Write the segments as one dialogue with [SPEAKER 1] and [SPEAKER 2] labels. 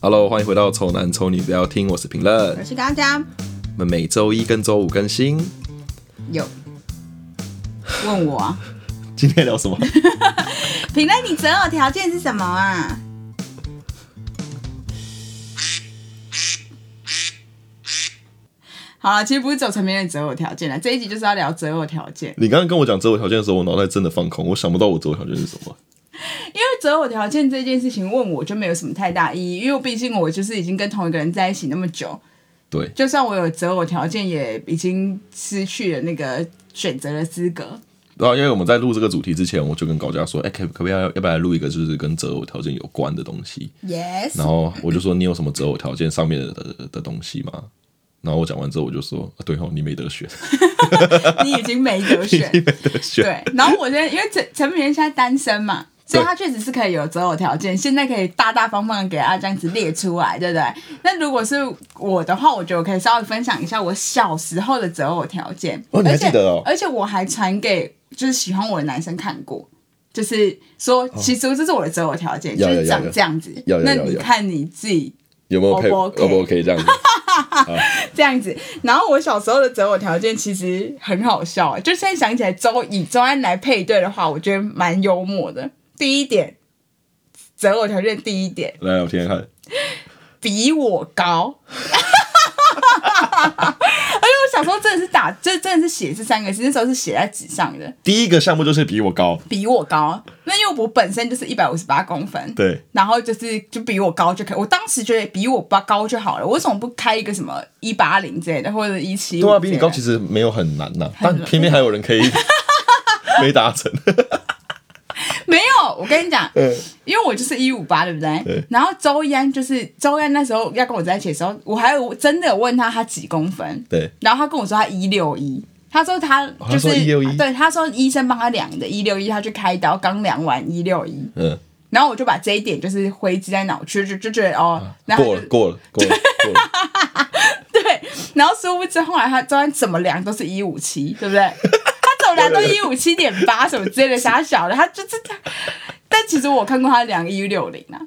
[SPEAKER 1] Hello，欢迎回到《丑男丑女》，不要听，我是评论。
[SPEAKER 2] 我是刚刚
[SPEAKER 1] 我们每周一跟周五更新。
[SPEAKER 2] 有问我啊，
[SPEAKER 1] 今天聊什么？
[SPEAKER 2] 评论你择偶条件是什么啊？好了，其实不是走成别人择偶条件了，啊这一集就是要聊择偶条件，
[SPEAKER 1] 你刚刚跟我讲择偶条件的时候，我脑袋真的放空，我想不到我择偶条件是什么。
[SPEAKER 2] 因为择偶条件这件事情问我就没有什么太大意义，因为毕竟我就是已经跟同一个人在一起那么久，
[SPEAKER 1] 对，
[SPEAKER 2] 就算我有择偶条件，也已经失去了那个选择的资格。
[SPEAKER 1] 然后啊因为我们在录这个主题之前，我就跟高佳说，哎、可可不可以要要不要来录一个就是跟择偶条件有关的东西？
[SPEAKER 2] Yes，
[SPEAKER 1] 然后我就说你有什么择偶条件上面的的的东西吗？然后我讲完之后，我就说，啊、对哦，你没得选，
[SPEAKER 2] 你已经没得 选，
[SPEAKER 1] 你没得选。
[SPEAKER 2] 对，然后我现在因为陈陈品源现在单身嘛，所以他确实是可以有择偶条件，现在可以大大方方地给他这样子列出来，对不对？那如果是我的话，我觉得我可以稍微分享一下我小时候的择偶条件，
[SPEAKER 1] 哦你还
[SPEAKER 2] 而且
[SPEAKER 1] 记得哦
[SPEAKER 2] 而且我还传给就是喜欢我的男生看过。就是说，其实这是我的择偶条件，
[SPEAKER 1] 哦有
[SPEAKER 2] 就
[SPEAKER 1] 有
[SPEAKER 2] 是
[SPEAKER 1] 有
[SPEAKER 2] 长
[SPEAKER 1] 有
[SPEAKER 2] 这样子。
[SPEAKER 1] 有有有
[SPEAKER 2] 那
[SPEAKER 1] 有
[SPEAKER 2] 你看你自己
[SPEAKER 1] 有没有配
[SPEAKER 2] O 不 OK？
[SPEAKER 1] O 不 OK 这样子？
[SPEAKER 2] 这样子。然后我小时候的择偶条件其实很好笑、啊，就现在想起来，周以周安来配对的话，我觉得蛮幽默的。第一点，择偶条件第一点
[SPEAKER 1] 来，我听听看。
[SPEAKER 2] 比我高。 而且我小时候真的是打，这真的是写这三个字，那时候是写在纸上的，
[SPEAKER 1] 第一个项目就是比我高，
[SPEAKER 2] 比我高。那因为我本身就是一百五十八公分，
[SPEAKER 1] 对，
[SPEAKER 2] 然后就是就比我高就可以。我当时觉得比我高高就好了，我为什么不开一个什么一八零之类的，或者一七？
[SPEAKER 1] 对啊，比你高其实没有很难呐、但
[SPEAKER 2] 难
[SPEAKER 1] 偏偏还有人可 以没达成。
[SPEAKER 2] 没有，我跟你讲，
[SPEAKER 1] 嗯
[SPEAKER 2] 因为我就是一五八，对不对？
[SPEAKER 1] 对
[SPEAKER 2] 然后周一安就是周一安那时候要跟我在一起的时候，我还有真的有问他他几公分，
[SPEAKER 1] 对，
[SPEAKER 2] 然后他跟我说他一六一，他说他
[SPEAKER 1] 他
[SPEAKER 2] 就是、
[SPEAKER 1] 说161
[SPEAKER 2] 对，他说医生帮他量的，一六一，他去开刀刚量完一六一，
[SPEAKER 1] 嗯，
[SPEAKER 2] 然后我就把这一点就是挥之在脑区，就就觉得哦，那他就
[SPEAKER 1] 啊过了，过了，过了，过了。
[SPEAKER 2] 对，然后殊不知后来他周安怎么量都是一五七，对 不对？他怎么量都一五七点八什么之类的，傻小的，他就是他。但其实我看过他量一六零啊，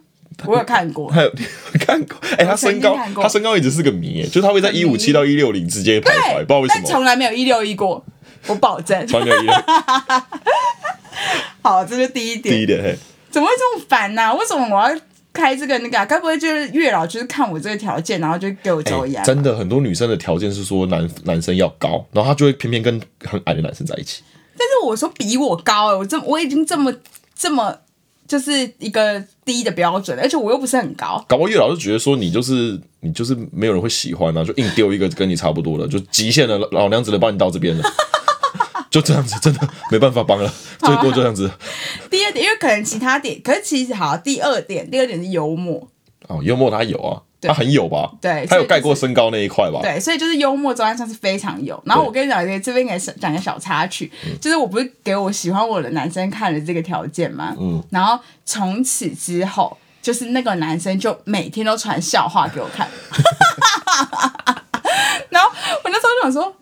[SPEAKER 2] 我有看过，
[SPEAKER 1] 还有 看过，哎、他身高
[SPEAKER 2] 我曾经哦看，过
[SPEAKER 1] 他身高一直是个谜，哎，就是他会在
[SPEAKER 2] 很
[SPEAKER 1] 一
[SPEAKER 2] 迷
[SPEAKER 1] 五七到一六零之间徘徊，不知道为什
[SPEAKER 2] 但
[SPEAKER 1] 么，
[SPEAKER 2] 从来没有一六一过，我保证。
[SPEAKER 1] 从来没有一 六
[SPEAKER 2] 好，这是第一
[SPEAKER 1] 低一
[SPEAKER 2] 点。
[SPEAKER 1] 点，嘿，
[SPEAKER 2] 怎么会这么烦呢、为什么我要开这个那个、啊？该不会就是月老就是看我这个条件，然后就给我
[SPEAKER 1] 哎
[SPEAKER 2] 走眼、
[SPEAKER 1] 真的很多女生的条件是说男男生要高，然后她就会偏偏跟很矮的男生在一起，
[SPEAKER 2] 但是我说比我高、欸，我这我已经这么这么就是一个低的标准了，而且我又不是很高。
[SPEAKER 1] 搞不好月老就觉得说你就是你就是没有人会喜欢啊，就硬丢一个跟你差不多的，就极限了，老娘只能帮你到这边了，就这样子，真的没办法帮了，最多就这样子。
[SPEAKER 2] 第二点，因为可能其他点，可是其实好，第二点，第二点是幽默，
[SPEAKER 1] 哦，幽默他有啊，
[SPEAKER 2] 对
[SPEAKER 1] 他很有吧？
[SPEAKER 2] 对
[SPEAKER 1] 他
[SPEAKER 2] 所
[SPEAKER 1] 有
[SPEAKER 2] 以就是
[SPEAKER 1] 盖过身高那一块吧？
[SPEAKER 2] 对，所以就是幽默，周安算是非常有。然后我跟你讲一个，这边给小讲一个小插曲，
[SPEAKER 1] 嗯
[SPEAKER 2] 就是我不是给我喜欢我的男生看了这个条件吗？
[SPEAKER 1] 嗯，
[SPEAKER 2] 然后从此之后，就是那个男生就每天都传笑话给我看， 然后我那时候就想说。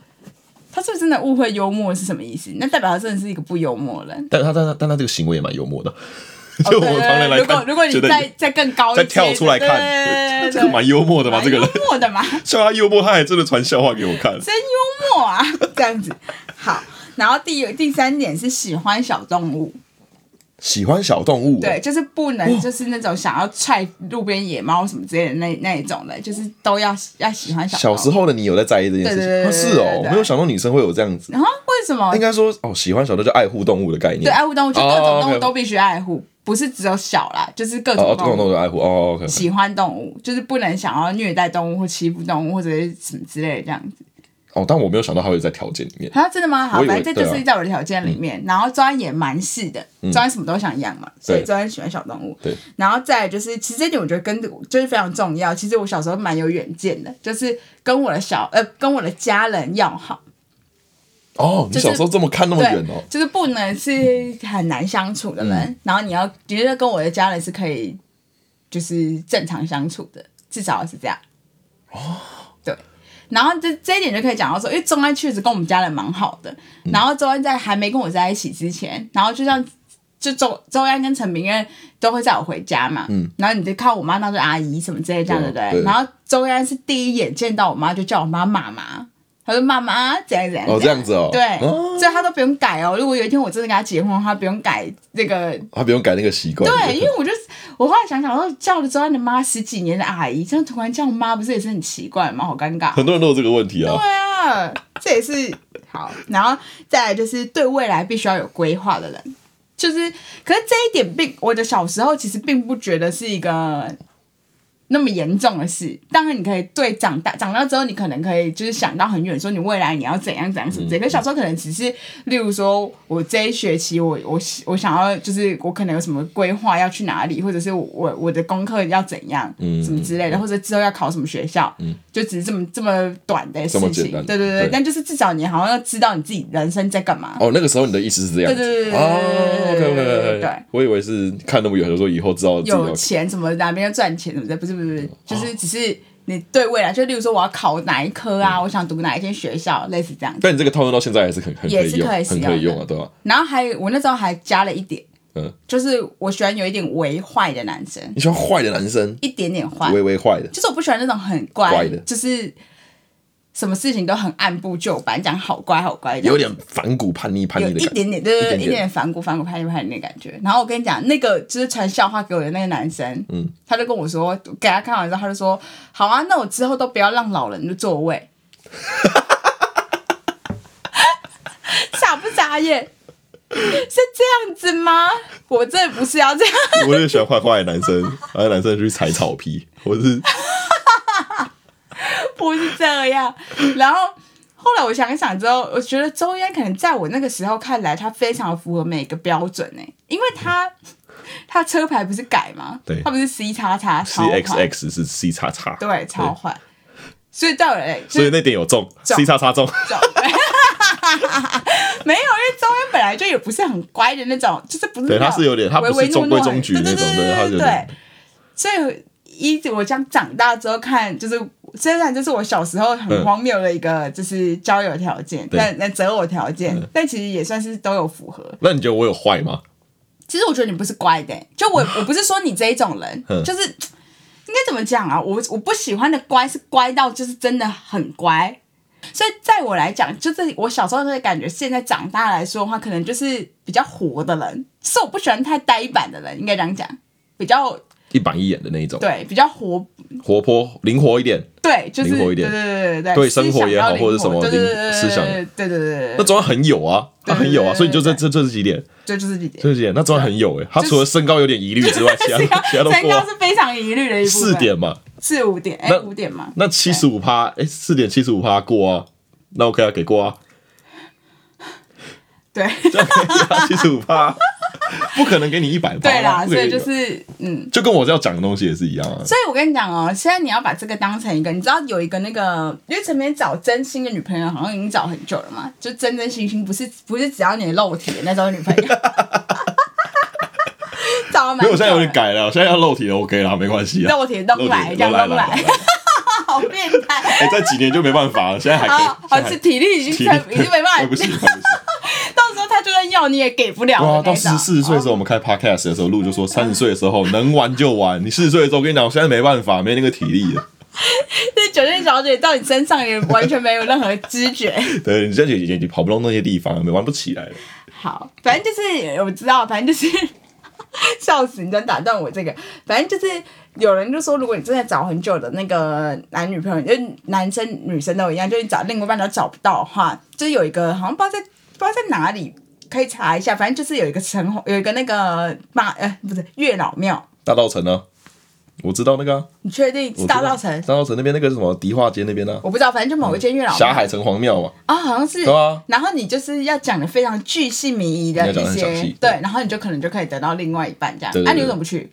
[SPEAKER 2] 他是不是真的误会幽默是什么意思？那代表他真的是一个不幽默的人。
[SPEAKER 1] 但他但他但他这个行为也蛮幽默的，
[SPEAKER 2] 哦
[SPEAKER 1] 就我们
[SPEAKER 2] 对
[SPEAKER 1] 旁人来
[SPEAKER 2] 如果
[SPEAKER 1] 看，
[SPEAKER 2] 如果你
[SPEAKER 1] 觉得
[SPEAKER 2] 再再更高一
[SPEAKER 1] 再
[SPEAKER 2] 阶，
[SPEAKER 1] 跳出来看，
[SPEAKER 2] 对对对对
[SPEAKER 1] 这个蛮幽默的嘛，
[SPEAKER 2] 蛮
[SPEAKER 1] 这个人
[SPEAKER 2] 幽默的嘛，
[SPEAKER 1] 像他幽默，他还真的传笑话给我看。
[SPEAKER 2] 真幽 默啊，这样子。好，然后第第三点是喜欢小动物，
[SPEAKER 1] 喜欢小动物、
[SPEAKER 2] 对，，就是不能就是那种想要踹路边野猫什么之类的那那一种的，就是都要要喜欢小动
[SPEAKER 1] 小
[SPEAKER 2] 物。
[SPEAKER 1] 时候的你有在在意这件事情？
[SPEAKER 2] 对对对
[SPEAKER 1] 啊是
[SPEAKER 2] 对对
[SPEAKER 1] 哦，
[SPEAKER 2] 对
[SPEAKER 1] 我没有想到女生会有这样子。
[SPEAKER 2] 然后为什么
[SPEAKER 1] 应该说哦，喜欢小动物就爱护动物的概念，
[SPEAKER 2] 对爱护动物，就
[SPEAKER 1] 哦
[SPEAKER 2] 各种动
[SPEAKER 1] ，OK
[SPEAKER 2] 物都必须爱护，不是只有小啦，就是各
[SPEAKER 1] 哦，
[SPEAKER 2] 种
[SPEAKER 1] 哦动物
[SPEAKER 2] 动
[SPEAKER 1] 动
[SPEAKER 2] 物。
[SPEAKER 1] 物的爱护哦，OK，
[SPEAKER 2] 喜欢动物，就是不能想要虐待动物或欺负动物或者是什么之类的这样子。
[SPEAKER 1] 哦，但我没有想到他会在条件里面。
[SPEAKER 2] 啊，真的吗？好
[SPEAKER 1] 我，以为
[SPEAKER 2] 反正这就
[SPEAKER 1] 对啊嗯
[SPEAKER 2] 是在我的条件里面。然后周安也蛮细的，周安什么都想养嘛，所以
[SPEAKER 1] 对
[SPEAKER 2] 周安喜欢小动物。
[SPEAKER 1] 对，
[SPEAKER 2] 然后再来就是，其实这点我觉得跟就是非常重要。其实我小时候蛮有远见的，就是跟我的小呃跟我的家人要好，
[SPEAKER 1] 哦，你
[SPEAKER 2] 就是
[SPEAKER 1] 小时候这么看那么
[SPEAKER 2] 对
[SPEAKER 1] 远哦，，
[SPEAKER 2] 就是不能是很难相处的人。然后你要觉得跟我的家人是可以就是正常相处的，至少是这样。哦，对。然后这这一点就可以讲到说，因为钟嗯安确实跟我们家人蛮好的。然后钟安在还没跟我在一起之前，然后就像就周周安跟陈明月都会载我回家嘛，嗯，然后你就靠我妈当做阿姨什么之类这样，对
[SPEAKER 1] 对
[SPEAKER 2] 不
[SPEAKER 1] 啊
[SPEAKER 2] 对？
[SPEAKER 1] 对
[SPEAKER 2] 然后周安是第一眼见到我妈就叫我妈妈妈，他说妈妈怎样怎样，
[SPEAKER 1] 哦，这样子哦，
[SPEAKER 2] 对，
[SPEAKER 1] 哦
[SPEAKER 2] 所以他都不用改哦。如果有一天我真的跟他结婚的话，不用改那个。
[SPEAKER 1] 他不用改那个习惯，
[SPEAKER 2] 对，因为我就我后来想想，我叫了周安的妈十几年的阿姨，这样突然叫妈，不是也是很奇怪吗？好 尴尬。
[SPEAKER 1] 很多人都有这个问题啊，
[SPEAKER 2] 对啊，这也是好。然后再来就是对未来必须要有规划的人，就是，可是这一点并我的小时候其实并不觉得是一个那么严重的事。当然，你可以对长大长大之后，你可能可以就是想到很远，说你未来你要怎样怎样什么
[SPEAKER 1] 嗯
[SPEAKER 2] 之类。可是小时候可能只是，例如说我这一学期我我我想要就是我可能有什么规划要去哪里，或者是我我我的功课要怎样，
[SPEAKER 1] 嗯
[SPEAKER 2] 什么之类的，或者之后要考什么学校，就只是这么这么短的
[SPEAKER 1] 这
[SPEAKER 2] 事
[SPEAKER 1] 么
[SPEAKER 2] 情。
[SPEAKER 1] 简单
[SPEAKER 2] 对对对，
[SPEAKER 1] 对
[SPEAKER 2] 但就是至少你好像要知道你自己人生在干嘛。
[SPEAKER 1] 哦，那个时候你的意思是这样子，
[SPEAKER 2] 对对对对对
[SPEAKER 1] 哦
[SPEAKER 2] 对
[SPEAKER 1] ，OK
[SPEAKER 2] 对对对
[SPEAKER 1] OK OK，
[SPEAKER 2] 对
[SPEAKER 1] 我以为是看那么远，就说以后知道自哦己
[SPEAKER 2] 有
[SPEAKER 1] 要
[SPEAKER 2] 钱什么哪边要赚钱什么的，不是不是不是，就是只是你对未来，就例如说我要考哪一科
[SPEAKER 1] 嗯
[SPEAKER 2] 啊，我想读哪一间学校，类似这样子。
[SPEAKER 1] 但你这个套用到现在还是很很可
[SPEAKER 2] 也
[SPEAKER 1] 以
[SPEAKER 2] 是
[SPEAKER 1] 用，
[SPEAKER 2] 可以使
[SPEAKER 1] 很可以
[SPEAKER 2] 用
[SPEAKER 1] 用啊，对吧？
[SPEAKER 2] 然后还有我那时候还加了一点，
[SPEAKER 1] 嗯，
[SPEAKER 2] 就是我喜欢有一点微坏的男生，
[SPEAKER 1] 你喜欢坏的男生，
[SPEAKER 2] 一点点坏，
[SPEAKER 1] 微微坏的，
[SPEAKER 2] 就是我不喜欢那种很乖，
[SPEAKER 1] 乖的
[SPEAKER 2] 就是什么事情都很按部就班，讲好乖好乖这样子，
[SPEAKER 1] 有点反骨叛逆叛
[SPEAKER 2] 有
[SPEAKER 1] 逆的
[SPEAKER 2] 一
[SPEAKER 1] 感觉。
[SPEAKER 2] 点点，对对对，
[SPEAKER 1] 一点点
[SPEAKER 2] 一点点反骨反骨拍一拍的那感觉。然后我跟你讲，那个就是传笑话给我的那个男生，嗯，他就跟我说，给他看完之后，他就说，好啊，那我之后都不要让老人的座位。 傻不傻眼？是这样子吗？我真的不是要这样，
[SPEAKER 1] 我也喜欢坏坏的男生，然后男生去踩草皮，我是
[SPEAKER 2] 不是这样。 然后后来我想一想之后，我觉得周嫣可能在我那个时候看来，她非常符合每个标准呢、因为 她她车牌不是改吗？
[SPEAKER 1] 对
[SPEAKER 2] 她不是 C 叉叉
[SPEAKER 1] C
[SPEAKER 2] 超
[SPEAKER 1] X
[SPEAKER 2] 坏，
[SPEAKER 1] X 是 C 叉叉，
[SPEAKER 2] 对，超坏。所以对我来
[SPEAKER 1] 所
[SPEAKER 2] 就
[SPEAKER 1] 以
[SPEAKER 2] 是
[SPEAKER 1] 那点有中
[SPEAKER 2] 中
[SPEAKER 1] ，C 叉叉中，
[SPEAKER 2] 这种。 没有，因为周嫣本来就也不是很乖的那种，就是不是
[SPEAKER 1] 对，
[SPEAKER 2] 那
[SPEAKER 1] 他
[SPEAKER 2] 种
[SPEAKER 1] 是有点，他
[SPEAKER 2] 唯
[SPEAKER 1] 不
[SPEAKER 2] 唯
[SPEAKER 1] 是
[SPEAKER 2] 诺
[SPEAKER 1] 中
[SPEAKER 2] 诺
[SPEAKER 1] 规中矩那种
[SPEAKER 2] 对对
[SPEAKER 1] 的，他
[SPEAKER 2] 对
[SPEAKER 1] 有
[SPEAKER 2] 对
[SPEAKER 1] 点
[SPEAKER 2] 对。所以一直我这样长大之后看，就是虽然这是我小时候很
[SPEAKER 1] 嗯
[SPEAKER 2] 荒谬的一个就是交友条件，
[SPEAKER 1] 对嗯
[SPEAKER 2] 但但择偶条件，但其实也算是都有符合。
[SPEAKER 1] 那你觉得我有坏吗？
[SPEAKER 2] 其实我觉得你不是乖的欸、就 我我不是说你这一种人，
[SPEAKER 1] 嗯
[SPEAKER 2] 就是应该怎么讲啊？我我不喜欢的乖是乖到就是真的很乖，所以在我来讲，就是我小时候的感觉，现在长大来说的话，可能就是比较活的人，就是我不喜欢太呆板的人，应该这样讲，比较
[SPEAKER 1] 一板一眼的那一种，
[SPEAKER 2] 对，比较活，
[SPEAKER 1] 活泼灵活一点。
[SPEAKER 2] 对，就是
[SPEAKER 1] 哦灵活一点
[SPEAKER 2] 对对对对
[SPEAKER 1] 对
[SPEAKER 2] 对，
[SPEAKER 1] 生活也好
[SPEAKER 2] 思想要
[SPEAKER 1] 或者什么
[SPEAKER 2] 灵活对对
[SPEAKER 1] 灵
[SPEAKER 2] 对
[SPEAKER 1] 思想
[SPEAKER 2] 对对对对
[SPEAKER 1] 那
[SPEAKER 2] 对，
[SPEAKER 1] 中央很有啊，他
[SPEAKER 2] 对
[SPEAKER 1] 很有啊，
[SPEAKER 2] 对对
[SPEAKER 1] 所以你就这这
[SPEAKER 2] 对
[SPEAKER 1] 这几点，
[SPEAKER 2] 这就是这点。
[SPEAKER 1] 这几点，那中央很有诶。他除了身高有点疑虑之外， 其他都其他都
[SPEAKER 2] 身
[SPEAKER 1] 过
[SPEAKER 2] 高
[SPEAKER 1] 啊
[SPEAKER 2] 是非常疑虑的一部分，
[SPEAKER 1] 四点嘛，
[SPEAKER 2] 四五点，哎
[SPEAKER 1] 那
[SPEAKER 2] 五点嘛，
[SPEAKER 1] 那七十五趴，哎，四点七十五趴过啊，那 OK 啊，给过啊，
[SPEAKER 2] 对
[SPEAKER 1] 这样可以啊，七十五趴， 不可能给你一百趴啊，
[SPEAKER 2] 对啦，
[SPEAKER 1] 不可
[SPEAKER 2] 所
[SPEAKER 1] 能
[SPEAKER 2] 以
[SPEAKER 1] 给
[SPEAKER 2] 就
[SPEAKER 1] 你
[SPEAKER 2] 是嗯，
[SPEAKER 1] 就跟我要讲的东西也是一样啊，
[SPEAKER 2] 所以我跟你讲哦，现在你要把这个当成一个，你知道有一个那个，因为陈明找真心的女朋友好像已经找很久了嘛，就真真心心，不是不是只要你的肉体的那种女朋友， 找了
[SPEAKER 1] 因
[SPEAKER 2] 蛮
[SPEAKER 1] 为我
[SPEAKER 2] 久
[SPEAKER 1] 现在有
[SPEAKER 2] 了
[SPEAKER 1] 点改了，我现在要肉体了 OK 啦，没关系啊，
[SPEAKER 2] 肉体弄来，
[SPEAKER 1] 肉体
[SPEAKER 2] 这样
[SPEAKER 1] 来
[SPEAKER 2] 弄
[SPEAKER 1] 来
[SPEAKER 2] 来， 好变态。
[SPEAKER 1] 哎，在几年就没办法了，现在还可
[SPEAKER 2] 好
[SPEAKER 1] 以，
[SPEAKER 2] 好
[SPEAKER 1] 现在还
[SPEAKER 2] 哦是体力已经
[SPEAKER 1] 体
[SPEAKER 2] 撑，已
[SPEAKER 1] 力
[SPEAKER 2] 经没办
[SPEAKER 1] 哎 不
[SPEAKER 2] 法，
[SPEAKER 1] 行，不 行。
[SPEAKER 2] 到时候他就算要你也给不了
[SPEAKER 1] 对啊，
[SPEAKER 2] 的
[SPEAKER 1] 到
[SPEAKER 2] 那
[SPEAKER 1] 四
[SPEAKER 2] 种。
[SPEAKER 1] 四十岁 的时候，我们开 podcast 的时候，录就说三十岁的时候能玩就玩。你四十岁的时候，我跟你讲，我现在没办法，没那个体力了。
[SPEAKER 2] 这酒店小姐到你身上也完全没有任何知觉。
[SPEAKER 1] 对，你现在已经已经跑不动那些地方了，没玩不起来了。
[SPEAKER 2] 好，反正就是我知道，反正就是 笑死，你真打断我这个。反正就是有人就说，如果你真的找很久的那个男女朋友，就是男生女生都一样，就是你找另外一半都找不到的话，就是有一个好像不知道在不知道在哪里。可以查一下，反正就是有一个城隍，有一个那个妈，呃，不是月老庙，
[SPEAKER 1] 大稻城呢？我知道那个啊、
[SPEAKER 2] 你确定
[SPEAKER 1] 我
[SPEAKER 2] 是
[SPEAKER 1] 知道
[SPEAKER 2] 大稻城？
[SPEAKER 1] 大稻城那边那个什么迪化街那边呢、
[SPEAKER 2] 哦我不知道，反正就某一间月老
[SPEAKER 1] 啊，
[SPEAKER 2] 庙
[SPEAKER 1] 霞海城隍庙嘛。
[SPEAKER 2] 啊、好像是。
[SPEAKER 1] 对啊
[SPEAKER 2] 然后你就是要讲的非常巨细靡遗的
[SPEAKER 1] 你要讲得很
[SPEAKER 2] 一些
[SPEAKER 1] 详细
[SPEAKER 2] 对
[SPEAKER 1] 对，
[SPEAKER 2] 然后你就可能就可以得到另外一半这样。
[SPEAKER 1] 对对对
[SPEAKER 2] 啊，你为什么不去？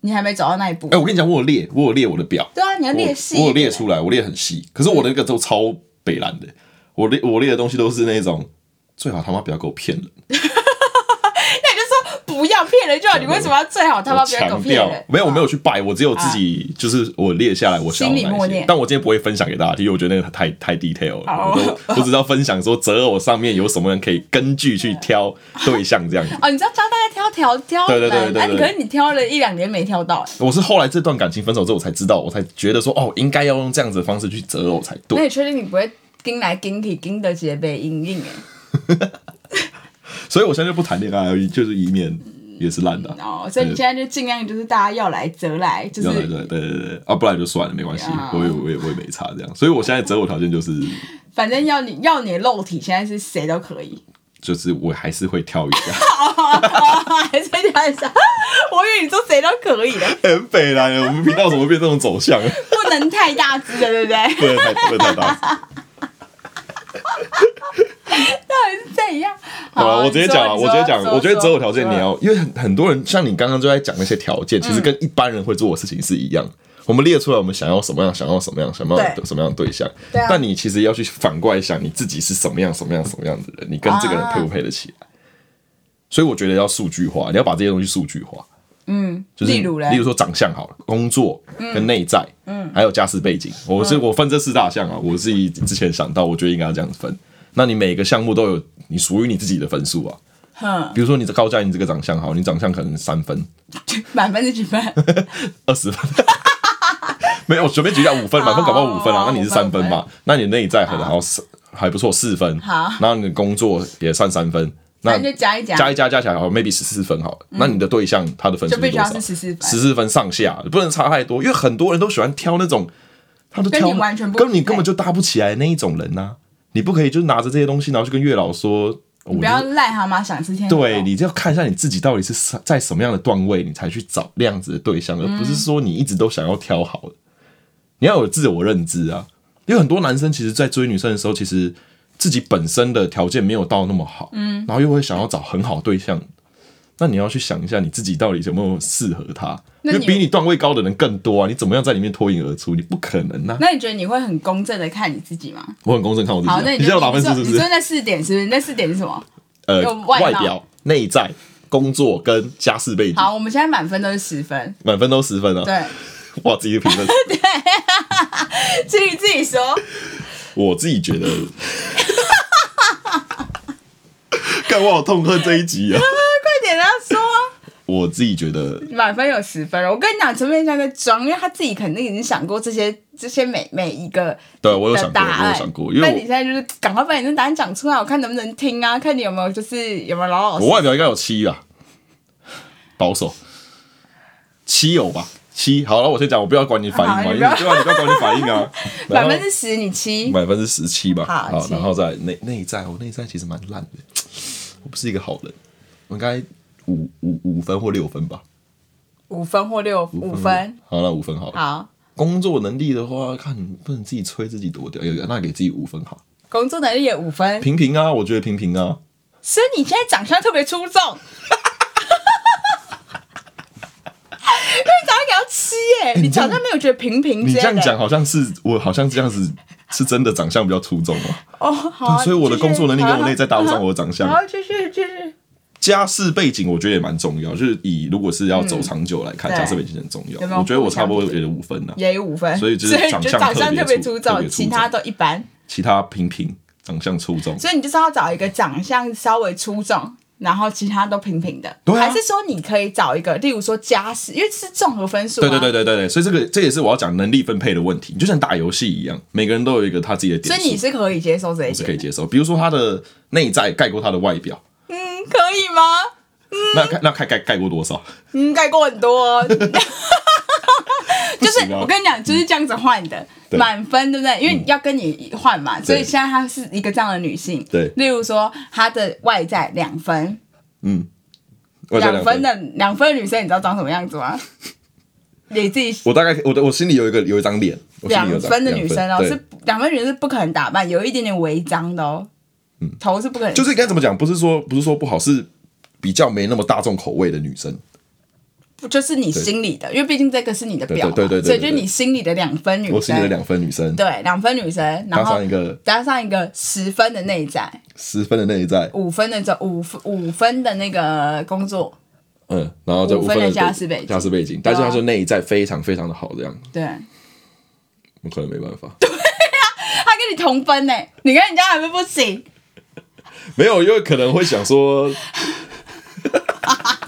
[SPEAKER 2] 你还没走到那一步。
[SPEAKER 1] 哎、我跟你讲，我有列，我有列我的表，
[SPEAKER 2] 对啊，你要
[SPEAKER 1] 我
[SPEAKER 2] 列细一
[SPEAKER 1] 我有
[SPEAKER 2] 点。
[SPEAKER 1] 列出来，我列很细。可是我的那个都超北蓝的，我列我列的东西都是那种最好他妈不要给我骗人。
[SPEAKER 2] 哎那你就说不要骗骗人就好，你为什么要最好他妈
[SPEAKER 1] 我
[SPEAKER 2] 不要给我
[SPEAKER 1] 强
[SPEAKER 2] 骗
[SPEAKER 1] 调
[SPEAKER 2] 人？
[SPEAKER 1] 没有，我没有去拜，我只有自己就是我列下来我想要
[SPEAKER 2] 啊心里
[SPEAKER 1] 哪
[SPEAKER 2] 默
[SPEAKER 1] 一些
[SPEAKER 2] 念，哦
[SPEAKER 1] 但我今天不会分享给大家听，因为我觉得那个太太 detail 了，
[SPEAKER 2] 好
[SPEAKER 1] 我都我只知道分享说择偶上面有什么人可以根据 去挑对象这样子。
[SPEAKER 2] 哦，你知道教大家挑挑挑
[SPEAKER 1] 对对对
[SPEAKER 2] 人
[SPEAKER 1] 对
[SPEAKER 2] 啊
[SPEAKER 1] 对
[SPEAKER 2] 你可是你挑了一两年没挑到，
[SPEAKER 1] 我是后来这段感情分手之后，我才知道，我才觉得说哦，应该要用这样子的方式去择偶才
[SPEAKER 2] 那
[SPEAKER 1] 对。
[SPEAKER 2] 你哎确定你不会跟来跟去跟的结被阴影哎？
[SPEAKER 1] 所以我现在就不谈恋爱而已，就是以免也是烂的啊。
[SPEAKER 2] 哦，所以你现在就尽量就是大家要来则来，嗯就
[SPEAKER 1] 要来
[SPEAKER 2] 是
[SPEAKER 1] 对对对对啊，不然就算了，没关系
[SPEAKER 2] 啊，
[SPEAKER 1] 我也我也我也没差这样。所以我现在择偶条件就是
[SPEAKER 2] 反正要你要你的肉体，现在是谁都可以。
[SPEAKER 1] 就是我还是会挑一下。
[SPEAKER 2] 还是挑一下，我以为你说谁都可以的，
[SPEAKER 1] 很北来了，我们频道怎么变这种走向？
[SPEAKER 2] 不能太大只的，对不对？
[SPEAKER 1] 不能太不能太大声。
[SPEAKER 2] 到底是怎样？
[SPEAKER 1] 好了，我直接讲啊，
[SPEAKER 2] 你
[SPEAKER 1] 我
[SPEAKER 2] 说
[SPEAKER 1] 直接讲
[SPEAKER 2] 你，说
[SPEAKER 1] 我觉得
[SPEAKER 2] 说啊
[SPEAKER 1] 择偶条件
[SPEAKER 2] 说
[SPEAKER 1] 你要，因为很很多人像你刚刚就在讲那些条件，
[SPEAKER 2] 嗯
[SPEAKER 1] 其实跟一般人会做的事情是一样。我们列出来我们想要什么样，想要什么样，想要
[SPEAKER 2] 对
[SPEAKER 1] 什么样的对象，
[SPEAKER 2] 对啊
[SPEAKER 1] 但你其实要去反过来想，你自己是什么样、什么样、什么样的人，你跟这个人
[SPEAKER 2] 啊
[SPEAKER 1] 配不配得起来？所以我觉得要数据化，你要把这些东西数据化。嗯，就是
[SPEAKER 2] 例如嘞
[SPEAKER 1] 例如说长相好了，工作跟内在，嗯，还有家世背景，我
[SPEAKER 2] 嗯
[SPEAKER 1] 是我分这四大项啊，我自己之前想到，我觉得应该要这样子分。那你每个项目都有你属于你自己的分数啊，
[SPEAKER 2] 哼，
[SPEAKER 1] 比如说你的高价，你这个长相好，你长相可能三分、
[SPEAKER 2] 满分是几分？
[SPEAKER 1] 二十分， 没有随便举一下五分，满分搞不好五分啊
[SPEAKER 2] 哦，
[SPEAKER 1] 那你是三分嘛？那你内在很好，四还不错，四分。
[SPEAKER 2] 好
[SPEAKER 1] 然后你的工作也算三分，那
[SPEAKER 2] 那就加一加，嗯
[SPEAKER 1] 加一加加起来好，maybe 十四分好了。那你的对象他的分数
[SPEAKER 2] 就必须要是
[SPEAKER 1] 十
[SPEAKER 2] 14分
[SPEAKER 1] 十四分上下，不能差太多，因为很多人都喜欢挑那种，他都挑
[SPEAKER 2] 跟你完全不匹配
[SPEAKER 1] 跟你根本就搭不起来的那一种人呐、你不可以就是拿着这些东西，然后去跟月老说，哦我
[SPEAKER 2] 你不
[SPEAKER 1] 就是
[SPEAKER 2] 要癞蛤蟆想吃天鹅肉。
[SPEAKER 1] 对，你就要看一下你自己到底是什在什么样的段位，你才去找那样子的对象，而不
[SPEAKER 2] 嗯
[SPEAKER 1] 是说你一直都想要挑好的。你要有自我认知啊，因为很多男生其实，在追女生的时候，其实自己本身的条件没有到那么好，嗯，然后又会想要找很好对象，那你要去想一下你自己到底有没有适合他，因
[SPEAKER 2] 那
[SPEAKER 1] 为
[SPEAKER 2] 你
[SPEAKER 1] 比你段位高的人更多啊，你怎么样在里面脱颖而出？你不可能呐、
[SPEAKER 2] 那你觉得你会很公正的看你自己吗？
[SPEAKER 1] 我很公正看我自己、
[SPEAKER 2] 好，
[SPEAKER 1] 啊，
[SPEAKER 2] 那你
[SPEAKER 1] 你
[SPEAKER 2] 就
[SPEAKER 1] 知道我打分数是
[SPEAKER 2] 你
[SPEAKER 1] 不
[SPEAKER 2] 说
[SPEAKER 1] 是
[SPEAKER 2] 你？说那四点是不是？那四点是什么？
[SPEAKER 1] 呃
[SPEAKER 2] 有，外貌
[SPEAKER 1] 表、内在、工作跟家世背景，
[SPEAKER 2] 好，我们现在满分都是十分，
[SPEAKER 1] 满分都十分啊。
[SPEAKER 2] 对，
[SPEAKER 1] 哇，自己的评 分，
[SPEAKER 2] 自己自己说，
[SPEAKER 1] 我自己觉得，干我好痛恨这一集啊！
[SPEAKER 2] 快点啊，说啊。
[SPEAKER 1] 我自己觉得，
[SPEAKER 2] 满分有十分了。我跟你讲，陈佩珊在装，因为他自己肯定已经想过这些这些每每一个
[SPEAKER 1] 对啊我有
[SPEAKER 2] 的
[SPEAKER 1] 想过，
[SPEAKER 2] 答
[SPEAKER 1] 我有
[SPEAKER 2] 案。
[SPEAKER 1] 想过，因
[SPEAKER 2] 那你
[SPEAKER 1] 为
[SPEAKER 2] 现在就是赶快把你的答案讲出来，我看能不能听啊，看你有没有就是有没有老老
[SPEAKER 1] 我
[SPEAKER 2] 实
[SPEAKER 1] 我外表应该有七啊，保守七有吧？七好了，我先讲，我不要管你反应
[SPEAKER 2] 好
[SPEAKER 1] 嘛，
[SPEAKER 2] 你
[SPEAKER 1] 因
[SPEAKER 2] 不要
[SPEAKER 1] 为对啊，你不要管你反应啊，然
[SPEAKER 2] 百
[SPEAKER 1] 后
[SPEAKER 2] 分之十，你七。
[SPEAKER 1] 百分之十七吧，
[SPEAKER 2] 好
[SPEAKER 1] 好，
[SPEAKER 2] 七
[SPEAKER 1] 然后再内内在，我内在其实蛮烂的，我不是一个好人，我应该五五五分或六分吧，
[SPEAKER 2] 五分或六五分，，
[SPEAKER 1] 好，那五分好了。
[SPEAKER 2] 好。
[SPEAKER 1] 工作能力的话，看你不能自己吹自己多屌，有有那给自己五分好，
[SPEAKER 2] 工作能力也五分，
[SPEAKER 1] 平平啊，我觉得平平啊，
[SPEAKER 2] 所以你现在长相特别出众， 因为长相给到七耶，你
[SPEAKER 1] 哎你这
[SPEAKER 2] 长
[SPEAKER 1] 样
[SPEAKER 2] 相没有觉得平平
[SPEAKER 1] 你
[SPEAKER 2] 之
[SPEAKER 1] 这
[SPEAKER 2] 类的
[SPEAKER 1] 样讲好像是我好像这样子是真的长相比较出众哦、
[SPEAKER 2] 哦，好啊，
[SPEAKER 1] 所以我的
[SPEAKER 2] 继续
[SPEAKER 1] 工作能力跟我内在搭不上
[SPEAKER 2] 好
[SPEAKER 1] 我的长相
[SPEAKER 2] 好，继续继续，
[SPEAKER 1] 家世背景我觉得也蛮重要，就是以如果是要走长久来看，
[SPEAKER 2] 嗯对
[SPEAKER 1] 家世背景很重要
[SPEAKER 2] 有没。有
[SPEAKER 1] 我觉得我差不多也有五分啊，
[SPEAKER 2] 也有五分，
[SPEAKER 1] 所以就是长
[SPEAKER 2] 就
[SPEAKER 1] 相
[SPEAKER 2] 长相
[SPEAKER 1] 特别
[SPEAKER 2] 特别
[SPEAKER 1] 出
[SPEAKER 2] 出
[SPEAKER 1] 特
[SPEAKER 2] 众，
[SPEAKER 1] 别出
[SPEAKER 2] 其他都一般。
[SPEAKER 1] 其他平平，长相出众。
[SPEAKER 2] 所以你就是要找一个长相稍微出众，然后其他都平平的。
[SPEAKER 1] 对啊
[SPEAKER 2] 还是说你可以找一个，例如说家世，因为这是综合分数、
[SPEAKER 1] 对
[SPEAKER 2] 啊。
[SPEAKER 1] 对对。对对对，所以这个这也是我要讲能力分配的问题，你就像打游戏一样，每个人都有一个他自己的点
[SPEAKER 2] 所
[SPEAKER 1] 数，
[SPEAKER 2] 以你是可以接受这一
[SPEAKER 1] 是
[SPEAKER 2] 些，
[SPEAKER 1] 可以接受。比如说他的内在盖过他的外表，
[SPEAKER 2] 嗯，可以吗？
[SPEAKER 1] 那看那看盖盖过多 少？
[SPEAKER 2] 嗯，盖过很多、哦。 就是
[SPEAKER 1] 不行啊
[SPEAKER 2] 我跟你讲，就是这样子换的，
[SPEAKER 1] 对嗯
[SPEAKER 2] 满分对不对？因为要跟你换嘛，所以现在她是一个这样的女性。
[SPEAKER 1] 对
[SPEAKER 2] 例如说她的外在两分，
[SPEAKER 1] 我再
[SPEAKER 2] 两分的两分的女生，你知道长什么样 子吗？你自己
[SPEAKER 1] 我大概我的我心里有一个有一张脸，我心里
[SPEAKER 2] 两
[SPEAKER 1] 有一张
[SPEAKER 2] 分的女生哦，
[SPEAKER 1] 对
[SPEAKER 2] 是两分女生是不可能打扮，有一点点违章的哦，头是不可能，
[SPEAKER 1] 嗯就是应该怎么讲？不是说不是说不好，是比较没那么大众口味的女生。
[SPEAKER 2] 就是你心里的，因为毕竟这个是你的表嘛，
[SPEAKER 1] 对对对对对
[SPEAKER 2] 所以就是你心里的两分女生，
[SPEAKER 1] 我心里的两分女生，
[SPEAKER 2] 对两分女生，然
[SPEAKER 1] 加
[SPEAKER 2] 后
[SPEAKER 1] 上一个
[SPEAKER 2] 加上一个十分的内在，
[SPEAKER 1] 十分的内在，
[SPEAKER 2] 五分的这五五分的那个工作，
[SPEAKER 1] 嗯，然后在
[SPEAKER 2] 五
[SPEAKER 1] 五
[SPEAKER 2] 分
[SPEAKER 1] 分
[SPEAKER 2] 的
[SPEAKER 1] 的
[SPEAKER 2] 加斯北
[SPEAKER 1] 加斯背景，但是
[SPEAKER 2] 啊
[SPEAKER 1] 他说内在非常非常的好，这样
[SPEAKER 2] 对，
[SPEAKER 1] 我可能没办法，
[SPEAKER 2] 他跟你同分呢，你跟人家还是不行。
[SPEAKER 1] 没有，因为可能会想说，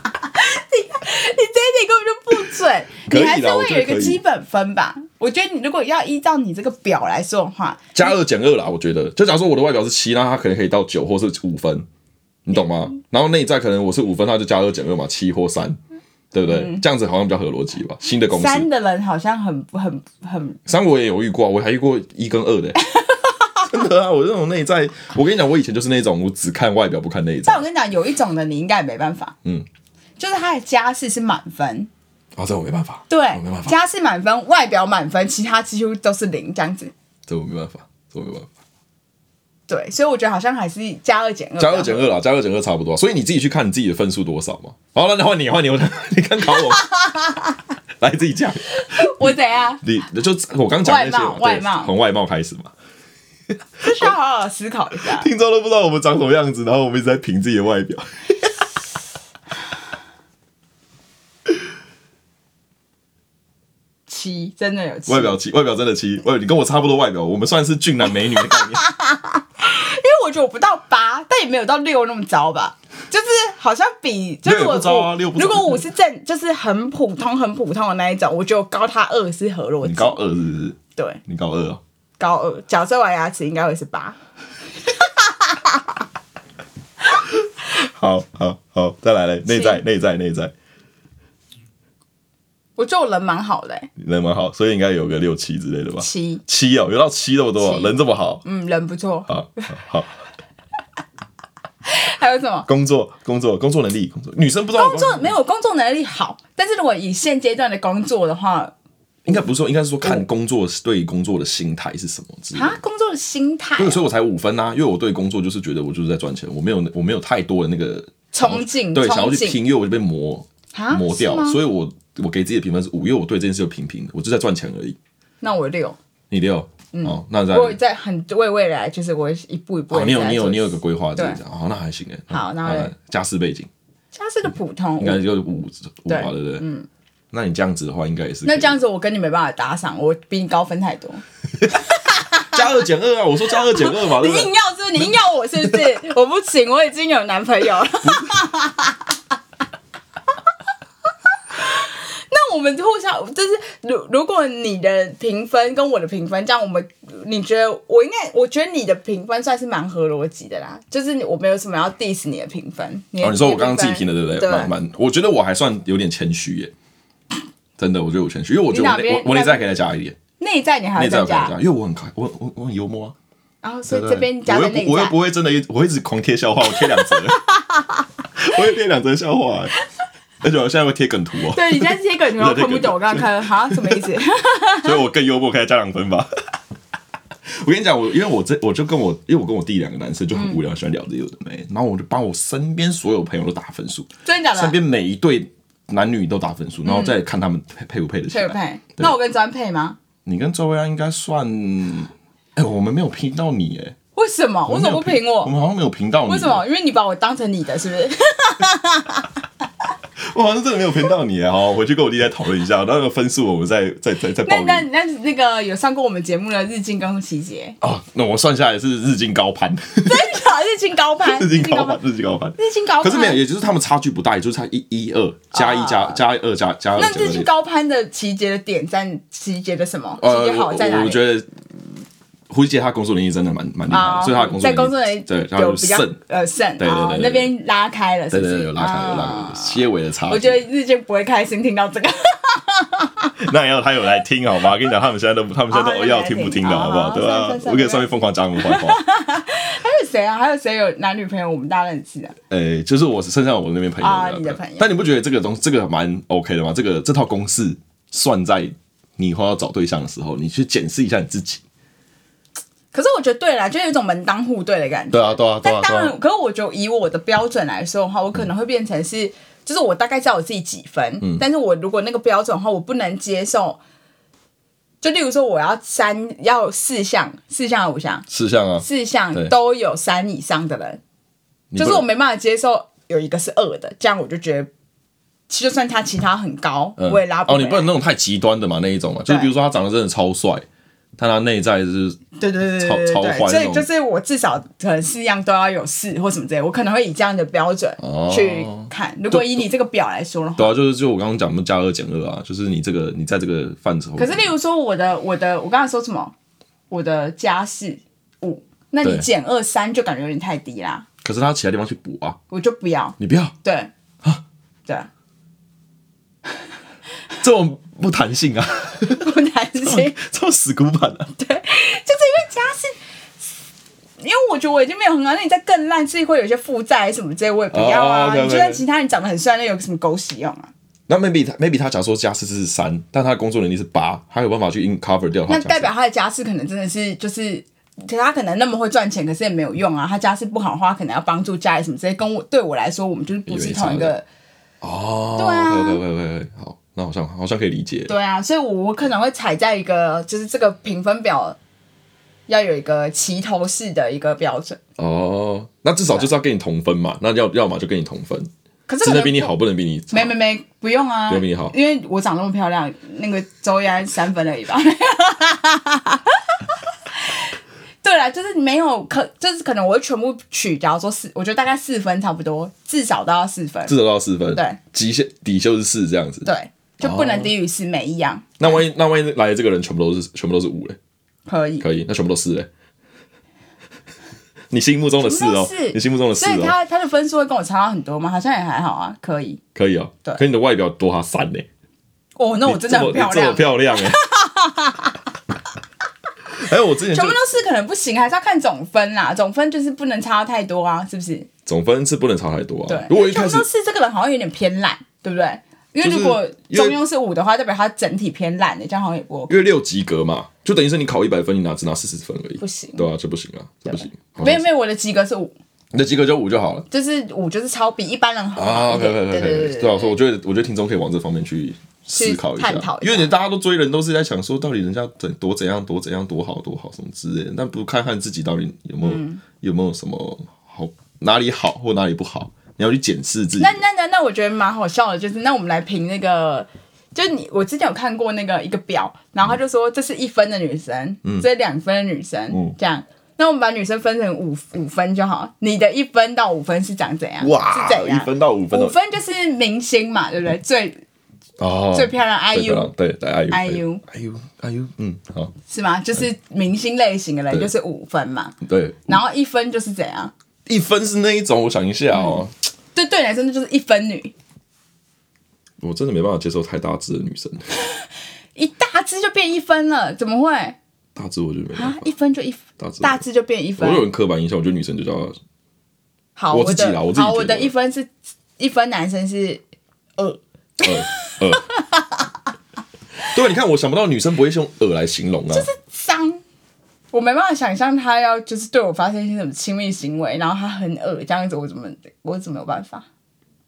[SPEAKER 2] 你这一点根本就不准，
[SPEAKER 1] 可以
[SPEAKER 2] 你
[SPEAKER 1] 啦
[SPEAKER 2] 还是会有一
[SPEAKER 1] 我觉得可
[SPEAKER 2] 个
[SPEAKER 1] 以
[SPEAKER 2] 基本分吧。我觉得你如果要依照你这个表来说的话，
[SPEAKER 1] 加二减二啦，我觉得，就假如说我的外表是七，那他可能可以到九或是五分，你懂吗？然后内在可能我是五分，他就加二减二嘛，七或三，对不对？这样子好像比较合逻辑吧。新的公式
[SPEAKER 2] 三的人好像很很很
[SPEAKER 1] 三我也有遇过啊，我还遇过一跟二的、欸真的啊，我这种内在，我跟你讲，我以前就是那种我只看外表不看内在
[SPEAKER 2] 但我跟你讲，有一种的你应该也没办法，
[SPEAKER 1] 嗯，
[SPEAKER 2] 就是他的家世是满分，
[SPEAKER 1] 啊，这我没办法，
[SPEAKER 2] 对
[SPEAKER 1] 我没办，法，
[SPEAKER 2] 家世满分，外表满分，其他几乎都是零这样子。
[SPEAKER 1] 这我没办法，这我没办法。
[SPEAKER 2] 对，所以我觉得好像还是加二减二，啊
[SPEAKER 1] 加二减二啦，加二减二差不多啊，所以你自己去看你自己的分数多少嘛。好了，那换你，换你，我 你刚考我，来自己讲。
[SPEAKER 2] 我怎样？
[SPEAKER 1] 你就我刚讲那些嘛，
[SPEAKER 2] 外貌外
[SPEAKER 1] 对
[SPEAKER 2] 貌
[SPEAKER 1] 从外貌开始嘛。
[SPEAKER 2] 这需要好好思考一下。
[SPEAKER 1] 听众都不知道我们长什么样子，然后我们一直在评自己的外 表。
[SPEAKER 2] 七真的有七，
[SPEAKER 1] 外表七，外表真的七，外表你跟我差不多外表，我们算是俊男美女的概 念。
[SPEAKER 2] 因为我觉得我不到八，但也没有到六那么糟吧。就是好像比就是
[SPEAKER 1] 六也
[SPEAKER 2] 我
[SPEAKER 1] 不糟啊六不糟
[SPEAKER 2] 如果我是正就是很普通很普通的那一种，我觉得我高他二是合逻
[SPEAKER 1] 你
[SPEAKER 2] 辑。
[SPEAKER 1] 高二是不是？
[SPEAKER 2] 对，
[SPEAKER 1] 你高二哦。
[SPEAKER 2] 高二矫正完牙齿应该会是八。
[SPEAKER 1] 好好好，再来嘞，内在
[SPEAKER 2] 七
[SPEAKER 1] 内在内在，
[SPEAKER 2] 我觉得我人蛮好的、欸，
[SPEAKER 1] 人蛮好，所以应该有个六七之类的吧。
[SPEAKER 2] 七，
[SPEAKER 1] 七哦，有到七那么多哦，
[SPEAKER 2] 七
[SPEAKER 1] 人这么好。
[SPEAKER 2] 嗯，人不错。
[SPEAKER 1] 好好好，
[SPEAKER 2] 还有什么？
[SPEAKER 1] 工作工作工作能力，工作女生不知道
[SPEAKER 2] 工作没有工作能力好，但是如果以现阶段的工作的话，
[SPEAKER 1] 应该不是说，应该是说看工作对工作的心态是什么之类的。
[SPEAKER 2] 啊，工作的心态
[SPEAKER 1] 对，所以我才五分啊呐、因为我对工作就是觉得我就是在赚钱，我没有我没有太多的那个
[SPEAKER 2] 憧憬
[SPEAKER 1] 对，
[SPEAKER 2] 憧憬
[SPEAKER 1] 想要去拼，因为我就被磨
[SPEAKER 2] 啊
[SPEAKER 1] 磨掉
[SPEAKER 2] 是吗，
[SPEAKER 1] 所以我我给自己的评分是五，因为我对这件事就平平的，我就在赚钱而已。
[SPEAKER 2] 那我六，
[SPEAKER 1] 你六，哦，那在
[SPEAKER 2] 嗯我在很为未来，就是我一步一步、
[SPEAKER 1] 哦，你有你有你有一
[SPEAKER 2] 个
[SPEAKER 1] 个规划这样
[SPEAKER 2] 对，
[SPEAKER 1] 哦，那还行哎。
[SPEAKER 2] 好那嘞
[SPEAKER 1] 加四背景
[SPEAKER 2] 家是个普通
[SPEAKER 1] 应，该就是五五
[SPEAKER 2] 对
[SPEAKER 1] 吧，对不对？嗯，那你这样子的话，应该也是
[SPEAKER 2] 那
[SPEAKER 1] 可以
[SPEAKER 2] 这样子我跟你没办法打赏，我比你高分太多。
[SPEAKER 1] 加二减二啊，我说加二减二 嘛，对
[SPEAKER 2] 你
[SPEAKER 1] 不对
[SPEAKER 2] 硬？要是不是你硬要我是不是？ 我不行，我已经有男朋友了。 那我们互相就是，如如果你的评分跟我的评分，这样我们你觉得我应该？我觉得你的评分算是蛮合逻辑的啦，就是你我没有什么要 diss 你的评分。你的
[SPEAKER 1] 哦，你说我刚刚自己听的，对不
[SPEAKER 2] 对
[SPEAKER 1] 对？蛮蛮，我觉得我还算有点谦虚耶，真的，我觉得我谦虚，因为我觉得我
[SPEAKER 2] 你哪边
[SPEAKER 1] 内我我内在可以再加一点，
[SPEAKER 2] 内在你还
[SPEAKER 1] 内
[SPEAKER 2] 要
[SPEAKER 1] 在
[SPEAKER 2] 再
[SPEAKER 1] 我可以再
[SPEAKER 2] 加
[SPEAKER 1] 加，，因为我很开，我我我很幽默啊，
[SPEAKER 2] 然后所
[SPEAKER 1] 对不
[SPEAKER 2] 以这
[SPEAKER 1] 对
[SPEAKER 2] 边加
[SPEAKER 1] 我
[SPEAKER 2] 在
[SPEAKER 1] 又
[SPEAKER 2] 内
[SPEAKER 1] 不我又
[SPEAKER 2] 在。
[SPEAKER 1] 不会真的一，我会一直狂贴笑话，我贴两 则，我会贴两则笑话耶，而且我现在会贴梗图 哦，
[SPEAKER 2] 对，你现在贴梗图
[SPEAKER 1] 我
[SPEAKER 2] 我
[SPEAKER 1] 在贴
[SPEAKER 2] 看不
[SPEAKER 1] 梗
[SPEAKER 2] 懂，我刚刚看好什么 意思？
[SPEAKER 1] 所以我更幽默，可以加两分吧。我跟你讲，我因为我这我就跟我，因为我跟我弟两个男生就很无聊，喜欢聊这有的没，然后我就帮我身边所有朋友都打分数，
[SPEAKER 2] 真的假
[SPEAKER 1] 身
[SPEAKER 2] 的？
[SPEAKER 1] 边每一对男女都打分数，然后再看他们配配不配得起
[SPEAKER 2] 嗯配
[SPEAKER 1] 来。
[SPEAKER 2] 不配？那我跟专配吗？
[SPEAKER 1] 你跟周薇啊安应该算，哎、我们没有评到你哎、
[SPEAKER 2] 为什么？为什么不评
[SPEAKER 1] 我
[SPEAKER 2] 我？
[SPEAKER 1] 们好像没有评到你。
[SPEAKER 2] 为什？么？因为你把我当成你的，是不是？
[SPEAKER 1] 我好像真的没有评到你哎、好，回去跟我弟再讨论一下，那个分数我们再再再再报
[SPEAKER 2] 那那
[SPEAKER 1] 名。
[SPEAKER 2] 那那个有上过我们节目的日进跟琪 姐，
[SPEAKER 1] 哦，那我算下来是日进高攀，
[SPEAKER 2] 真的日进高攀，
[SPEAKER 1] 啊 日进高攀，，日进高攀。
[SPEAKER 2] 啊日进高
[SPEAKER 1] 可
[SPEAKER 2] 攀。
[SPEAKER 1] 是没有，也就是他们差距不大，也就是差一一二加一加加二加加二
[SPEAKER 2] 啊那
[SPEAKER 1] 加
[SPEAKER 2] 日进
[SPEAKER 1] 二。
[SPEAKER 2] 高攀的琪姐的点赞，琪姐的什么？琪
[SPEAKER 1] 呃，
[SPEAKER 2] 姐好在哪
[SPEAKER 1] 我
[SPEAKER 2] 里？
[SPEAKER 1] 我觉得胡姐她工作能力真的蛮蛮厉害
[SPEAKER 2] 啊，
[SPEAKER 1] 的，所以她工作
[SPEAKER 2] 在工作人
[SPEAKER 1] 力
[SPEAKER 2] 员
[SPEAKER 1] 对，她
[SPEAKER 2] 有
[SPEAKER 1] 有
[SPEAKER 2] 比较
[SPEAKER 1] 胜。
[SPEAKER 2] 呃肾，
[SPEAKER 1] 对对
[SPEAKER 2] 哦
[SPEAKER 1] 对对对
[SPEAKER 2] 那边拉开了，是
[SPEAKER 1] 对
[SPEAKER 2] 不
[SPEAKER 1] 对
[SPEAKER 2] 是？
[SPEAKER 1] 对，有拉开，有拉
[SPEAKER 2] 啊
[SPEAKER 1] 开，些微的差距。
[SPEAKER 2] 我觉得日进不会开心听到这个，
[SPEAKER 1] 那也要他有来听好吗？跟你讲，他们现在都他们现在
[SPEAKER 2] 哦
[SPEAKER 1] 都要听不听的
[SPEAKER 2] 他
[SPEAKER 1] 好
[SPEAKER 2] 们
[SPEAKER 1] 不
[SPEAKER 2] 来
[SPEAKER 1] 好？
[SPEAKER 2] 听
[SPEAKER 1] 对
[SPEAKER 2] 好好
[SPEAKER 1] 吧
[SPEAKER 2] 哦算算？算
[SPEAKER 1] 我可以上面疯狂讲我们坏话。
[SPEAKER 2] 还有谁啊？还有谁有男女朋友？我们大家认识啊？
[SPEAKER 1] 诶，哎就是我剩下我那边朋友
[SPEAKER 2] 啊
[SPEAKER 1] 对
[SPEAKER 2] 你的朋友
[SPEAKER 1] 但你不觉得这个东这个蛮 OK 的吗？这个这套公式算在你以后要找对象的时候，你去检视一下你自己。
[SPEAKER 2] 可是我觉得对啦，就有一种门当户对的感觉。
[SPEAKER 1] 对啊，对啊，对啊，对
[SPEAKER 2] 但当
[SPEAKER 1] 啊。
[SPEAKER 2] 然，可是我就以我的标准来说的话，我可能会变成是，就是我大概知道我自己几分，
[SPEAKER 1] 嗯
[SPEAKER 2] 但是我如果那个标准的话，我不能接受。就例如说，我要三要四项，四项还是五项，
[SPEAKER 1] 事项啊，
[SPEAKER 2] 四项
[SPEAKER 1] 对
[SPEAKER 2] 都有三以上的人，
[SPEAKER 1] 你
[SPEAKER 2] 就
[SPEAKER 1] 不
[SPEAKER 2] 是
[SPEAKER 1] 能
[SPEAKER 2] 我没办法接受有一个是二的，这样我就觉得就算他其他很高，
[SPEAKER 1] 嗯
[SPEAKER 2] 我也拉不
[SPEAKER 1] 哦，
[SPEAKER 2] 回来。
[SPEAKER 1] 你不能那种太极端的嘛，那一种嘛，就是
[SPEAKER 2] 对
[SPEAKER 1] 比如说他长得真的超帅，但他内在就是
[SPEAKER 2] 对对对
[SPEAKER 1] 超
[SPEAKER 2] 对
[SPEAKER 1] 超
[SPEAKER 2] 对
[SPEAKER 1] 坏
[SPEAKER 2] 对，所
[SPEAKER 1] 那
[SPEAKER 2] 以
[SPEAKER 1] 种
[SPEAKER 2] 就是我至少可能四样都要有四或什么之类，我可能会以这样的标准
[SPEAKER 1] 哦
[SPEAKER 2] 去看。如果以你这个表来说的话，
[SPEAKER 1] 对啊，就是就我刚刚讲的加二减二啊，就是你这个你在这个范畴里
[SPEAKER 2] 可
[SPEAKER 1] 面，
[SPEAKER 2] 是例如说我的我的我刚才说什么，我的家是五，那你
[SPEAKER 1] 对
[SPEAKER 2] 减二三就感觉有点太低啦，
[SPEAKER 1] 可是他其他地方去补啊，
[SPEAKER 2] 我就不要。
[SPEAKER 1] 你不要
[SPEAKER 2] 对，啊，对，
[SPEAKER 1] 这种不弹性 啊，
[SPEAKER 2] 不担心。
[SPEAKER 1] 这种死古板啊，
[SPEAKER 2] 就是因为家是，因为我觉得我已经没有很好，那你再更烂，自己会有一些负债什么之类，我也不要啊。
[SPEAKER 1] 哦，OK，OK，OK
[SPEAKER 2] 你就算其他人长得很帅，那有什么狗屎用啊？
[SPEAKER 1] 那 maybe 他 maybe 他假如说加四是三，但他的工作能力是八，他有办法去 in cover 掉他
[SPEAKER 2] 那
[SPEAKER 1] 的加四。
[SPEAKER 2] 代表他的家世可能真的是就是。可是他可能那么会赚钱，可是也没有用啊。他家世不好的话，可能要帮助家里什么之类。跟我对我来说，我们就是不是同一
[SPEAKER 1] 以为
[SPEAKER 2] 个
[SPEAKER 1] 哦，
[SPEAKER 2] 对啊
[SPEAKER 1] 对对对对，好，那好像好像可以理解。
[SPEAKER 2] 对啊，所以我我可能会踩在一个就是这个评分表要有一个齐头式的一个标准。
[SPEAKER 1] 哦，那至少就是要跟你同分嘛，那要要么就跟你同分，
[SPEAKER 2] 可是
[SPEAKER 1] 只
[SPEAKER 2] 我
[SPEAKER 1] 能
[SPEAKER 2] 的
[SPEAKER 1] 比你好，不能比你差。
[SPEAKER 2] 没没没，不用啊，
[SPEAKER 1] 对比你好
[SPEAKER 2] 因为我长那么漂亮，那个周一安三分而已吧。 对啦，就是没有可，就是可能我会全部取，假如说四，我觉得大概四分差不多，至少都要四分，
[SPEAKER 1] 至少到四分，
[SPEAKER 2] 对，
[SPEAKER 1] 极限底线是四这样子。
[SPEAKER 2] 对，就不能低于四，每一样
[SPEAKER 1] 那万一那万一来的这个人全部都是全部都是五嘞，
[SPEAKER 2] 可以。
[SPEAKER 1] 可以，那全部都是嘞。 你心目中的四哦
[SPEAKER 2] 全部都是，
[SPEAKER 1] 你心目中的四
[SPEAKER 2] 所以
[SPEAKER 1] 哦，
[SPEAKER 2] 他他的分数会跟我差到很多吗？好像也还好啊，可以。
[SPEAKER 1] 可以哦。
[SPEAKER 2] 对
[SPEAKER 1] 可你的外表多他三嘞，
[SPEAKER 2] 哦，那我
[SPEAKER 1] 你
[SPEAKER 2] 真的
[SPEAKER 1] 这么
[SPEAKER 2] 很漂
[SPEAKER 1] 你这么
[SPEAKER 2] 亮，
[SPEAKER 1] 漂亮 哎。还有我之前就
[SPEAKER 2] 全部都是可能不行，还是要看总分啦。总分就是不能差太多啊，是不是？
[SPEAKER 1] 总分是不能差太多
[SPEAKER 2] 对
[SPEAKER 1] 啊。，如果一
[SPEAKER 2] 全
[SPEAKER 1] 开
[SPEAKER 2] 部
[SPEAKER 1] 始
[SPEAKER 2] 都是这个人好像有点偏懒，对不对？因为
[SPEAKER 1] 就是
[SPEAKER 2] 如果
[SPEAKER 1] 因为哦
[SPEAKER 2] 中庸是五的话，代表他整体偏懒的，这样好像也不 OK。
[SPEAKER 1] 因为六及格嘛，就等于是你考一百分，你拿只拿四十分而已，
[SPEAKER 2] 不行
[SPEAKER 1] 对啊，这不行啊，这不行，好像
[SPEAKER 2] 没有没有，我的及格是五，
[SPEAKER 1] 你的及格就五就好了
[SPEAKER 2] 就是五就是超比一般人好
[SPEAKER 1] 啊。
[SPEAKER 2] 一
[SPEAKER 1] OK
[SPEAKER 2] 点
[SPEAKER 1] OK
[SPEAKER 2] 对
[SPEAKER 1] OK
[SPEAKER 2] 对
[SPEAKER 1] OK，
[SPEAKER 2] 对
[SPEAKER 1] 对啊，
[SPEAKER 2] 对
[SPEAKER 1] 所以我觉得我觉得听众可以往这方面去思考一下，
[SPEAKER 2] 去探讨一
[SPEAKER 1] 因
[SPEAKER 2] 下
[SPEAKER 1] 为你大家都追人都是在想说，到底人家怎多怎样多怎样多好多好什么之类的，但不看看自己到底有没有、
[SPEAKER 2] 嗯
[SPEAKER 1] 有没有什么好哪里好或哪里不好，你要去检视自己
[SPEAKER 2] 那。那那那，我觉得蛮好笑的，就是那我们来评那个，就是你我之前有看过那个一个表，然后他就说这是一分的女生，这是两分的女生，
[SPEAKER 1] 嗯
[SPEAKER 2] 这样。那我们把女生分成五五分就好，你的一分到五分是长怎样？
[SPEAKER 1] 哇
[SPEAKER 2] 是怎样？
[SPEAKER 1] 一分到五分到
[SPEAKER 2] 五分就是明星嘛，对不对？最
[SPEAKER 1] 哦，
[SPEAKER 2] 最漂亮
[SPEAKER 1] 对
[SPEAKER 2] IU
[SPEAKER 1] 对对 IU
[SPEAKER 2] IU
[SPEAKER 1] IU IU 嗯好
[SPEAKER 2] 是吗？就是明星类型的人
[SPEAKER 1] 对
[SPEAKER 2] 就是五分嘛，
[SPEAKER 1] 对，
[SPEAKER 2] 然后一分就是怎样？
[SPEAKER 1] 一分是那一种，我想一下哦，
[SPEAKER 2] 嗯对对你来说，那就是一分女，
[SPEAKER 1] 我真的没办法接受太大只的女生，
[SPEAKER 2] 一大只就变一分了，怎么会
[SPEAKER 1] 大只我就没办
[SPEAKER 2] 啊
[SPEAKER 1] 法？。
[SPEAKER 2] 一分就一
[SPEAKER 1] 大只
[SPEAKER 2] 大只就变一
[SPEAKER 1] 我
[SPEAKER 2] 分
[SPEAKER 1] 有，人刻板印象，我觉得女生就叫呃
[SPEAKER 2] 好，
[SPEAKER 1] 我
[SPEAKER 2] 我
[SPEAKER 1] 自己啦
[SPEAKER 2] 的
[SPEAKER 1] 我自己
[SPEAKER 2] 好，
[SPEAKER 1] 觉
[SPEAKER 2] 我
[SPEAKER 1] 得
[SPEAKER 2] 的一分是一分，男生是二，
[SPEAKER 1] 呃呃。 对，啊你看，我想不到女生不会用“呃”来形容啊。
[SPEAKER 2] 脏。我没办法想象他要就是对我发生一些什么亲密行为，然后他很恶这样子，我怎么我怎么有办法？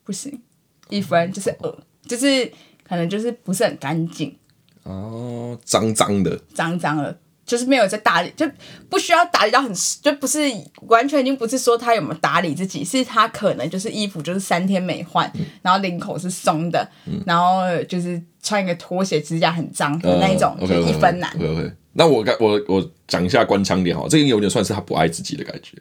[SPEAKER 2] 不行，一分就是恶，就是可能就是不是很干净。
[SPEAKER 1] 哦，脏脏的，
[SPEAKER 2] 脏脏了，就是没有在打理，就不需要打理到很，就不是完全已经不是说他有没有打理自己，是他可能就是衣服就是三天没换，然后领口是松的，
[SPEAKER 1] 嗯
[SPEAKER 2] 然后就是穿一个拖鞋，指甲很脏的那一
[SPEAKER 1] 哦
[SPEAKER 2] 种，就一分难。
[SPEAKER 1] 呃 OK OK。那我该我我讲一下官腔点哈，这个有点算是她不爱自己的感觉，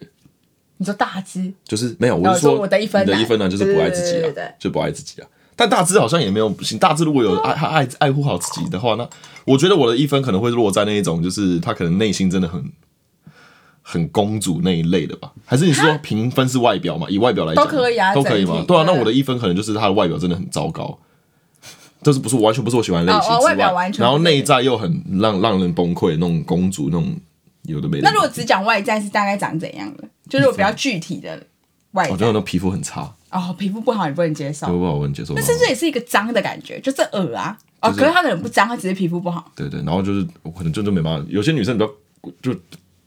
[SPEAKER 2] 你说大只，
[SPEAKER 1] 就是没有，我
[SPEAKER 2] 哦
[SPEAKER 1] 是
[SPEAKER 2] 说
[SPEAKER 1] 说
[SPEAKER 2] 我的一分
[SPEAKER 1] 你的
[SPEAKER 2] 男
[SPEAKER 1] 一分呢，就是不爱自己
[SPEAKER 2] 对对对
[SPEAKER 1] 啊
[SPEAKER 2] 对，哦
[SPEAKER 1] 就不爱自己啊。但大只好像也没有不行，大只如果有爱爱爱爱护好自己的话，那我觉得我的一分可能会落在那一种，就是她可能内心真的很很公主那一类的吧？还是你说评分是外表嘛？以外表来讲
[SPEAKER 2] 都可以啊
[SPEAKER 1] 都可以
[SPEAKER 2] 整
[SPEAKER 1] 嘛？
[SPEAKER 2] 体
[SPEAKER 1] 对啊，那
[SPEAKER 2] 对
[SPEAKER 1] 我的一分可能就是她的外表真的很糟糕，这是不是完全不是我喜欢的类型
[SPEAKER 2] 哦哦
[SPEAKER 1] 之外，
[SPEAKER 2] 外表完全不
[SPEAKER 1] 然后
[SPEAKER 2] 是
[SPEAKER 1] 内在又很让让人崩溃那种公主那种有的没的。
[SPEAKER 2] 那如果只讲外在是大概长怎样的？就是我比较具体的外
[SPEAKER 1] 我觉
[SPEAKER 2] 在
[SPEAKER 1] 得那皮肤很差，
[SPEAKER 2] 哦，皮肤不好你不能接
[SPEAKER 1] 对
[SPEAKER 2] 受，
[SPEAKER 1] 不好我很接受。
[SPEAKER 2] 哦那甚至也是一个脏的感觉，就是恶啊。哦，
[SPEAKER 1] 就是
[SPEAKER 2] 可是他可能不脏，他只是皮肤不好。
[SPEAKER 1] 对对，然后就是我可能就就没办法，有些女生比较就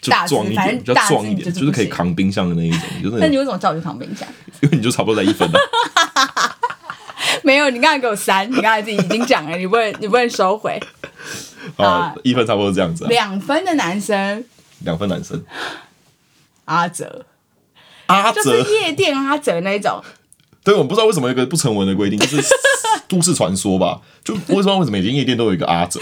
[SPEAKER 1] 就
[SPEAKER 2] 大只
[SPEAKER 1] 壮一
[SPEAKER 2] 反
[SPEAKER 1] 点，
[SPEAKER 2] 正
[SPEAKER 1] 比较
[SPEAKER 2] 大只
[SPEAKER 1] 壮一点，
[SPEAKER 2] 你就是
[SPEAKER 1] 就是
[SPEAKER 2] 不
[SPEAKER 1] 可以
[SPEAKER 2] 行
[SPEAKER 1] 扛冰箱的那一种，就是
[SPEAKER 2] 那
[SPEAKER 1] 那
[SPEAKER 2] 你
[SPEAKER 1] 种
[SPEAKER 2] 为什么叫我去躺冰箱？
[SPEAKER 1] 因为你就差不多在一分 了。
[SPEAKER 2] 没有，你刚才给我删，你刚才自己已经讲了，你不能你不能收回。
[SPEAKER 1] 啊
[SPEAKER 2] 啊，
[SPEAKER 1] 一分差不多这样子啊，
[SPEAKER 2] 两分的男生
[SPEAKER 1] 两分男生。
[SPEAKER 2] 阿哲，
[SPEAKER 1] 阿
[SPEAKER 2] 就
[SPEAKER 1] 哲
[SPEAKER 2] 是，夜店阿哲那种，
[SPEAKER 1] 对，我不知道为什么有一个不成文的规定，就是 都市传说吧？就我也不知道为什么每间夜店都有一个阿 哲，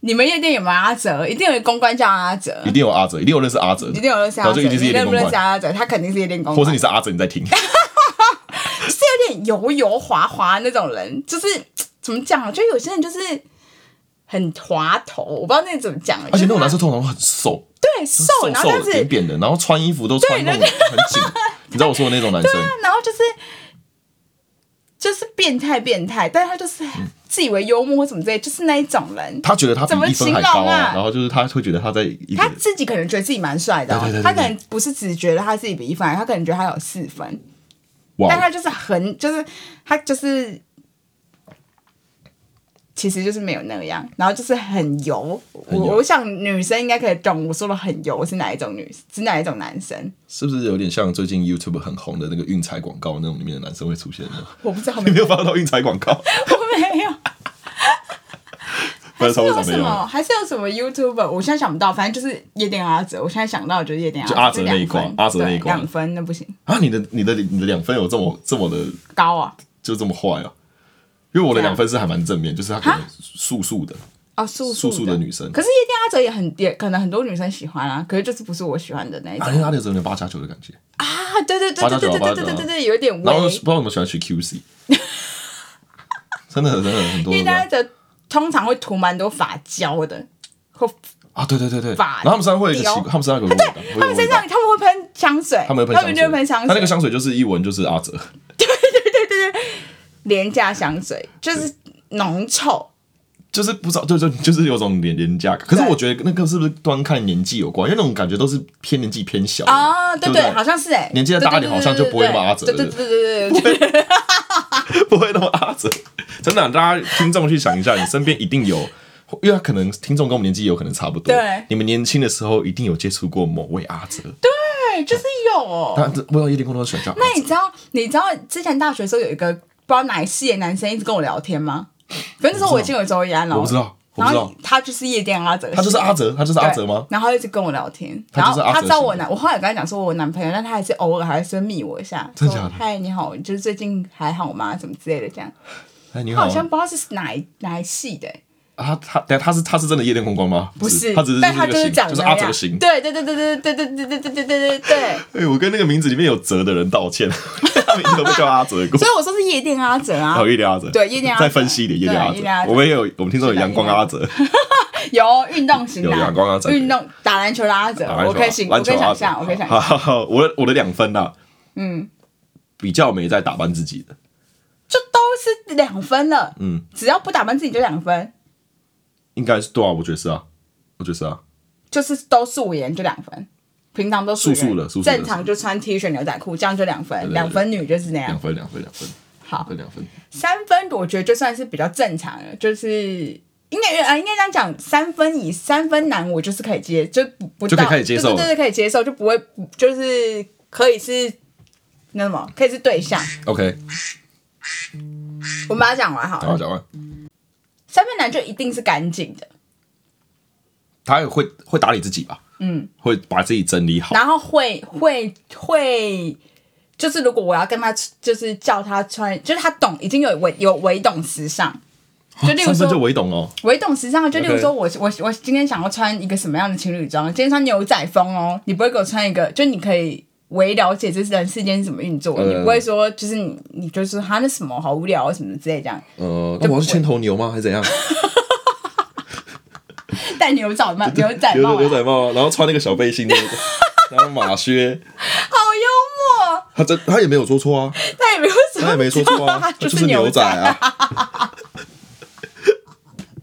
[SPEAKER 2] 你们夜店有没有阿哲？一定有一个公关叫阿哲
[SPEAKER 1] 一，定有阿哲，一定有认识阿哲
[SPEAKER 2] 一，定有认识
[SPEAKER 1] 然
[SPEAKER 2] 阿
[SPEAKER 1] 后
[SPEAKER 2] 哲，
[SPEAKER 1] 哦就一定是
[SPEAKER 2] 你
[SPEAKER 1] 夜店
[SPEAKER 2] 认不
[SPEAKER 1] 公关
[SPEAKER 2] 认识阿哲？他肯定是夜店公
[SPEAKER 1] 或是
[SPEAKER 2] 关
[SPEAKER 1] 你，是阿哲你在 听，
[SPEAKER 2] 就是有点油油滑滑那种人，就是怎么讲啊？就有些人就是很滑头，我不知道那怎么讲，啊
[SPEAKER 1] 而且那种男
[SPEAKER 2] 就是
[SPEAKER 1] 生通常都很瘦，
[SPEAKER 2] 他对瘦，
[SPEAKER 1] 瘦
[SPEAKER 2] 然后但
[SPEAKER 1] 瘦的
[SPEAKER 2] 是
[SPEAKER 1] 扁扁的，然后穿衣服都穿那种很紧， 你知道我说的那种 男生，
[SPEAKER 2] 啊然后就是就是变态变态，但是他就是自以为幽默或什么之类，就是那一种人。
[SPEAKER 1] 他觉得他比
[SPEAKER 2] 怎么
[SPEAKER 1] 一分
[SPEAKER 2] 形
[SPEAKER 1] 还
[SPEAKER 2] 容
[SPEAKER 1] 高啊
[SPEAKER 2] 啊，
[SPEAKER 1] 然后就是他会觉得他在一个
[SPEAKER 2] 他自己可能觉得自己蛮帅的哦、
[SPEAKER 1] 对对对对对
[SPEAKER 2] 他可能不是只觉得他自己比一分矮，他可能觉得他有四分，但
[SPEAKER 1] 哇
[SPEAKER 2] 他，就是很，就是他就是，其实就是没有那样，然后就是很油。
[SPEAKER 1] 很油
[SPEAKER 2] 我我想女生应该可以懂我说的很油是哪一种女，是哪一种男生，
[SPEAKER 1] 是不是有点像最近 YouTube 很红的那个运彩广告那种里面的 男生会出现呢？
[SPEAKER 2] 我不知道，
[SPEAKER 1] 你
[SPEAKER 2] 没
[SPEAKER 1] 没
[SPEAKER 2] 有，
[SPEAKER 1] 有发到运彩广告，
[SPEAKER 2] 我没有。
[SPEAKER 1] 不然超为什
[SPEAKER 2] 有
[SPEAKER 1] 么没
[SPEAKER 2] 什
[SPEAKER 1] 有？
[SPEAKER 2] 么？还是有什么 YouTuber？我现在想不到，反正就是夜店阿哲。我现在想到的就是夜店
[SPEAKER 1] 就阿
[SPEAKER 2] 阿
[SPEAKER 1] 哲
[SPEAKER 2] 哲
[SPEAKER 1] 那一
[SPEAKER 2] 关
[SPEAKER 1] 挂，阿哲那一
[SPEAKER 2] 对
[SPEAKER 1] 挂
[SPEAKER 2] 两分那不行，
[SPEAKER 1] 啊，你的你的你的两分有这么这么的
[SPEAKER 2] 高啊！
[SPEAKER 1] 就这么坏啊？因为我的
[SPEAKER 2] 这样
[SPEAKER 1] 两分是还蛮正面，就是他可能素素的，
[SPEAKER 2] 哦，素
[SPEAKER 1] 素
[SPEAKER 2] 素
[SPEAKER 1] 素的女生
[SPEAKER 2] 可是夜店阿哲也很也可能很多女生喜欢啊，可是就是不是我喜欢的那一种
[SPEAKER 1] 啊，因为阿哲有点八加九的感觉，
[SPEAKER 2] 啊！对对对
[SPEAKER 1] 八加
[SPEAKER 2] 对
[SPEAKER 1] 九
[SPEAKER 2] 对
[SPEAKER 1] 啊
[SPEAKER 2] 对对对对对，有一点
[SPEAKER 1] 然后不
[SPEAKER 2] 微
[SPEAKER 1] 知。道为什么喜欢取 QC，真的真的很多
[SPEAKER 2] 夜
[SPEAKER 1] 人
[SPEAKER 2] 店阿哲通常会涂蛮多发胶的，或
[SPEAKER 1] 啊，对对对对，
[SPEAKER 2] 发
[SPEAKER 1] 然后他们身上会有一个
[SPEAKER 2] 雕
[SPEAKER 1] 奇怪，他们身上有一个味道，会有
[SPEAKER 2] 他们身
[SPEAKER 1] 味道
[SPEAKER 2] 上他们会喷香水，
[SPEAKER 1] 他们会
[SPEAKER 2] 他
[SPEAKER 1] 喷
[SPEAKER 2] 们就
[SPEAKER 1] 香
[SPEAKER 2] 会喷香
[SPEAKER 1] 水，他那
[SPEAKER 2] 水
[SPEAKER 1] 个，香水就是一闻就是阿哲，
[SPEAKER 2] 廉价香水就是浓臭。
[SPEAKER 1] 就是不知道，就就就是有种廉廉价感。可是
[SPEAKER 2] 对
[SPEAKER 1] 我觉得那个是不是端看年纪有关？因为那种感觉都是偏年纪偏小的
[SPEAKER 2] 啊，对
[SPEAKER 1] 不
[SPEAKER 2] 对，好像是哎，
[SPEAKER 1] 年纪再大一点好像就不会那么阿哲
[SPEAKER 2] 对对对对对对对，
[SPEAKER 1] 不会那么阿哲。真的啊、大家听众去想一下，你身边一定有，因为他可能听众跟我们年纪有可能差不多。
[SPEAKER 2] 对
[SPEAKER 1] 你们年轻的时候一定有接触过某位阿哲，
[SPEAKER 2] 对就是有哦。
[SPEAKER 1] 但不知道夜店工作室喜欢叫阿哲
[SPEAKER 2] 那你知道你知道之前大学的时候有一个不知道哪一系的男生一直跟我聊天吗？反正那时候我已经有周一安了，
[SPEAKER 1] 我不知道我
[SPEAKER 2] 然
[SPEAKER 1] 不知道
[SPEAKER 2] 后他就是夜店阿哲，
[SPEAKER 1] 他就是阿哲，他就是阿哲吗
[SPEAKER 2] 对？？然后他一直跟我聊天，
[SPEAKER 1] 他
[SPEAKER 2] 然
[SPEAKER 1] 就是
[SPEAKER 2] 后
[SPEAKER 1] 阿哲
[SPEAKER 2] 他知道我
[SPEAKER 1] 型的
[SPEAKER 2] 男，我后来有跟他讲说我有男朋友，但他还是偶尔还是会密我一下，
[SPEAKER 1] 真
[SPEAKER 2] 说
[SPEAKER 1] 的假的
[SPEAKER 2] 嗨你好，就是最近还好吗？什么之类的这样。
[SPEAKER 1] 哎，你
[SPEAKER 2] 他
[SPEAKER 1] 好
[SPEAKER 2] 好，像不知道是哪一哪一系的、欸
[SPEAKER 1] 啊他他等下他是他是真的夜店公关吗？
[SPEAKER 2] 不是，
[SPEAKER 1] 他只是
[SPEAKER 2] 但他
[SPEAKER 1] 就
[SPEAKER 2] 就是是
[SPEAKER 1] 这个型就
[SPEAKER 2] 长得
[SPEAKER 1] 是
[SPEAKER 2] 那
[SPEAKER 1] 阿
[SPEAKER 2] 样
[SPEAKER 1] 哲型。
[SPEAKER 2] 对对对对对对对对对对对对对。
[SPEAKER 1] 哎，我跟那个名字里面有哲的人道歉， 他名字都被叫阿哲过
[SPEAKER 2] 所。以我说是夜店阿哲啊
[SPEAKER 1] 哦，，夜店阿哲，
[SPEAKER 2] 对夜店阿哲
[SPEAKER 1] 再分析一点夜店阿
[SPEAKER 2] 对夜店阿
[SPEAKER 1] 哲，
[SPEAKER 2] 哲
[SPEAKER 1] 我们也有，我们听众有阳光阿哲，
[SPEAKER 2] 有运动型的
[SPEAKER 1] 有阳光阿哲
[SPEAKER 2] 运动打篮球的阿哲
[SPEAKER 1] 打，篮球
[SPEAKER 2] 我可以想，我
[SPEAKER 1] 篮
[SPEAKER 2] 可
[SPEAKER 1] 球
[SPEAKER 2] 以
[SPEAKER 1] 啊阿
[SPEAKER 2] 想
[SPEAKER 1] 哲，
[SPEAKER 2] 象，我可以想
[SPEAKER 1] 好
[SPEAKER 2] 象，
[SPEAKER 1] 好好，我的我的两分呐，
[SPEAKER 2] 嗯，
[SPEAKER 1] 比较没在打扮自己的，
[SPEAKER 2] 就都是两分了，
[SPEAKER 1] 嗯，
[SPEAKER 2] 只要不打扮自己就两分，
[SPEAKER 1] 应该是对啊，我觉得是啊，我觉得是啊，
[SPEAKER 2] 就是都素颜就两分，平常都素颜
[SPEAKER 1] 素素的素素的
[SPEAKER 2] 正常就穿 T 恤牛仔裤，这样就两分，
[SPEAKER 1] 对
[SPEAKER 2] 两分女就是那
[SPEAKER 1] 两
[SPEAKER 2] 样。
[SPEAKER 1] 分两分两分，
[SPEAKER 2] 好
[SPEAKER 1] 对，两分，
[SPEAKER 2] 三分我觉得就算是比较正常的，就是。应该呃，应该这样讲，三分以三分男我就是可以接，就不不
[SPEAKER 1] 就可以
[SPEAKER 2] 到
[SPEAKER 1] 开始接受了
[SPEAKER 2] 对对对，可以接受，就不会就是可以是那什么，可以是对象。
[SPEAKER 1] OK，
[SPEAKER 2] 我们把它讲完好
[SPEAKER 1] 好，
[SPEAKER 2] 了。
[SPEAKER 1] 讲完，
[SPEAKER 2] 三分男就一定是干净的，
[SPEAKER 1] 他也会会打理自己吧，嗯，会把自己整理好，
[SPEAKER 2] 然后会会会，就是如果我要跟他就是叫他穿，就是他懂已经有唯有唯懂时尚，就例如
[SPEAKER 1] 三分就
[SPEAKER 2] 说
[SPEAKER 1] 唯懂哦，
[SPEAKER 2] 唯懂时尚，就例如
[SPEAKER 1] OK
[SPEAKER 2] 说我我我今天想要穿一个什么样的情侣装，今天穿牛仔风哦，你不会给我穿一个，就你可以。唯了解这人世间是怎么运作的，
[SPEAKER 1] 嗯
[SPEAKER 2] 你不会说就是你你就是他那什么好无聊啊什么之类这样，
[SPEAKER 1] 呃，那我要去牵头牛吗？还是怎样？
[SPEAKER 2] 戴牛仔 帽牛仔
[SPEAKER 1] 留着
[SPEAKER 2] 帽、啊，
[SPEAKER 1] 牛仔帽，然后穿那个小背心的， 然后马靴，
[SPEAKER 2] 好幽默，
[SPEAKER 1] 他真他也没有做错啊，
[SPEAKER 2] 他也没有 什么，
[SPEAKER 1] 他也没说错啊，
[SPEAKER 2] 就
[SPEAKER 1] 就是是
[SPEAKER 2] 牛
[SPEAKER 1] 牛
[SPEAKER 2] 仔
[SPEAKER 1] 仔，啊，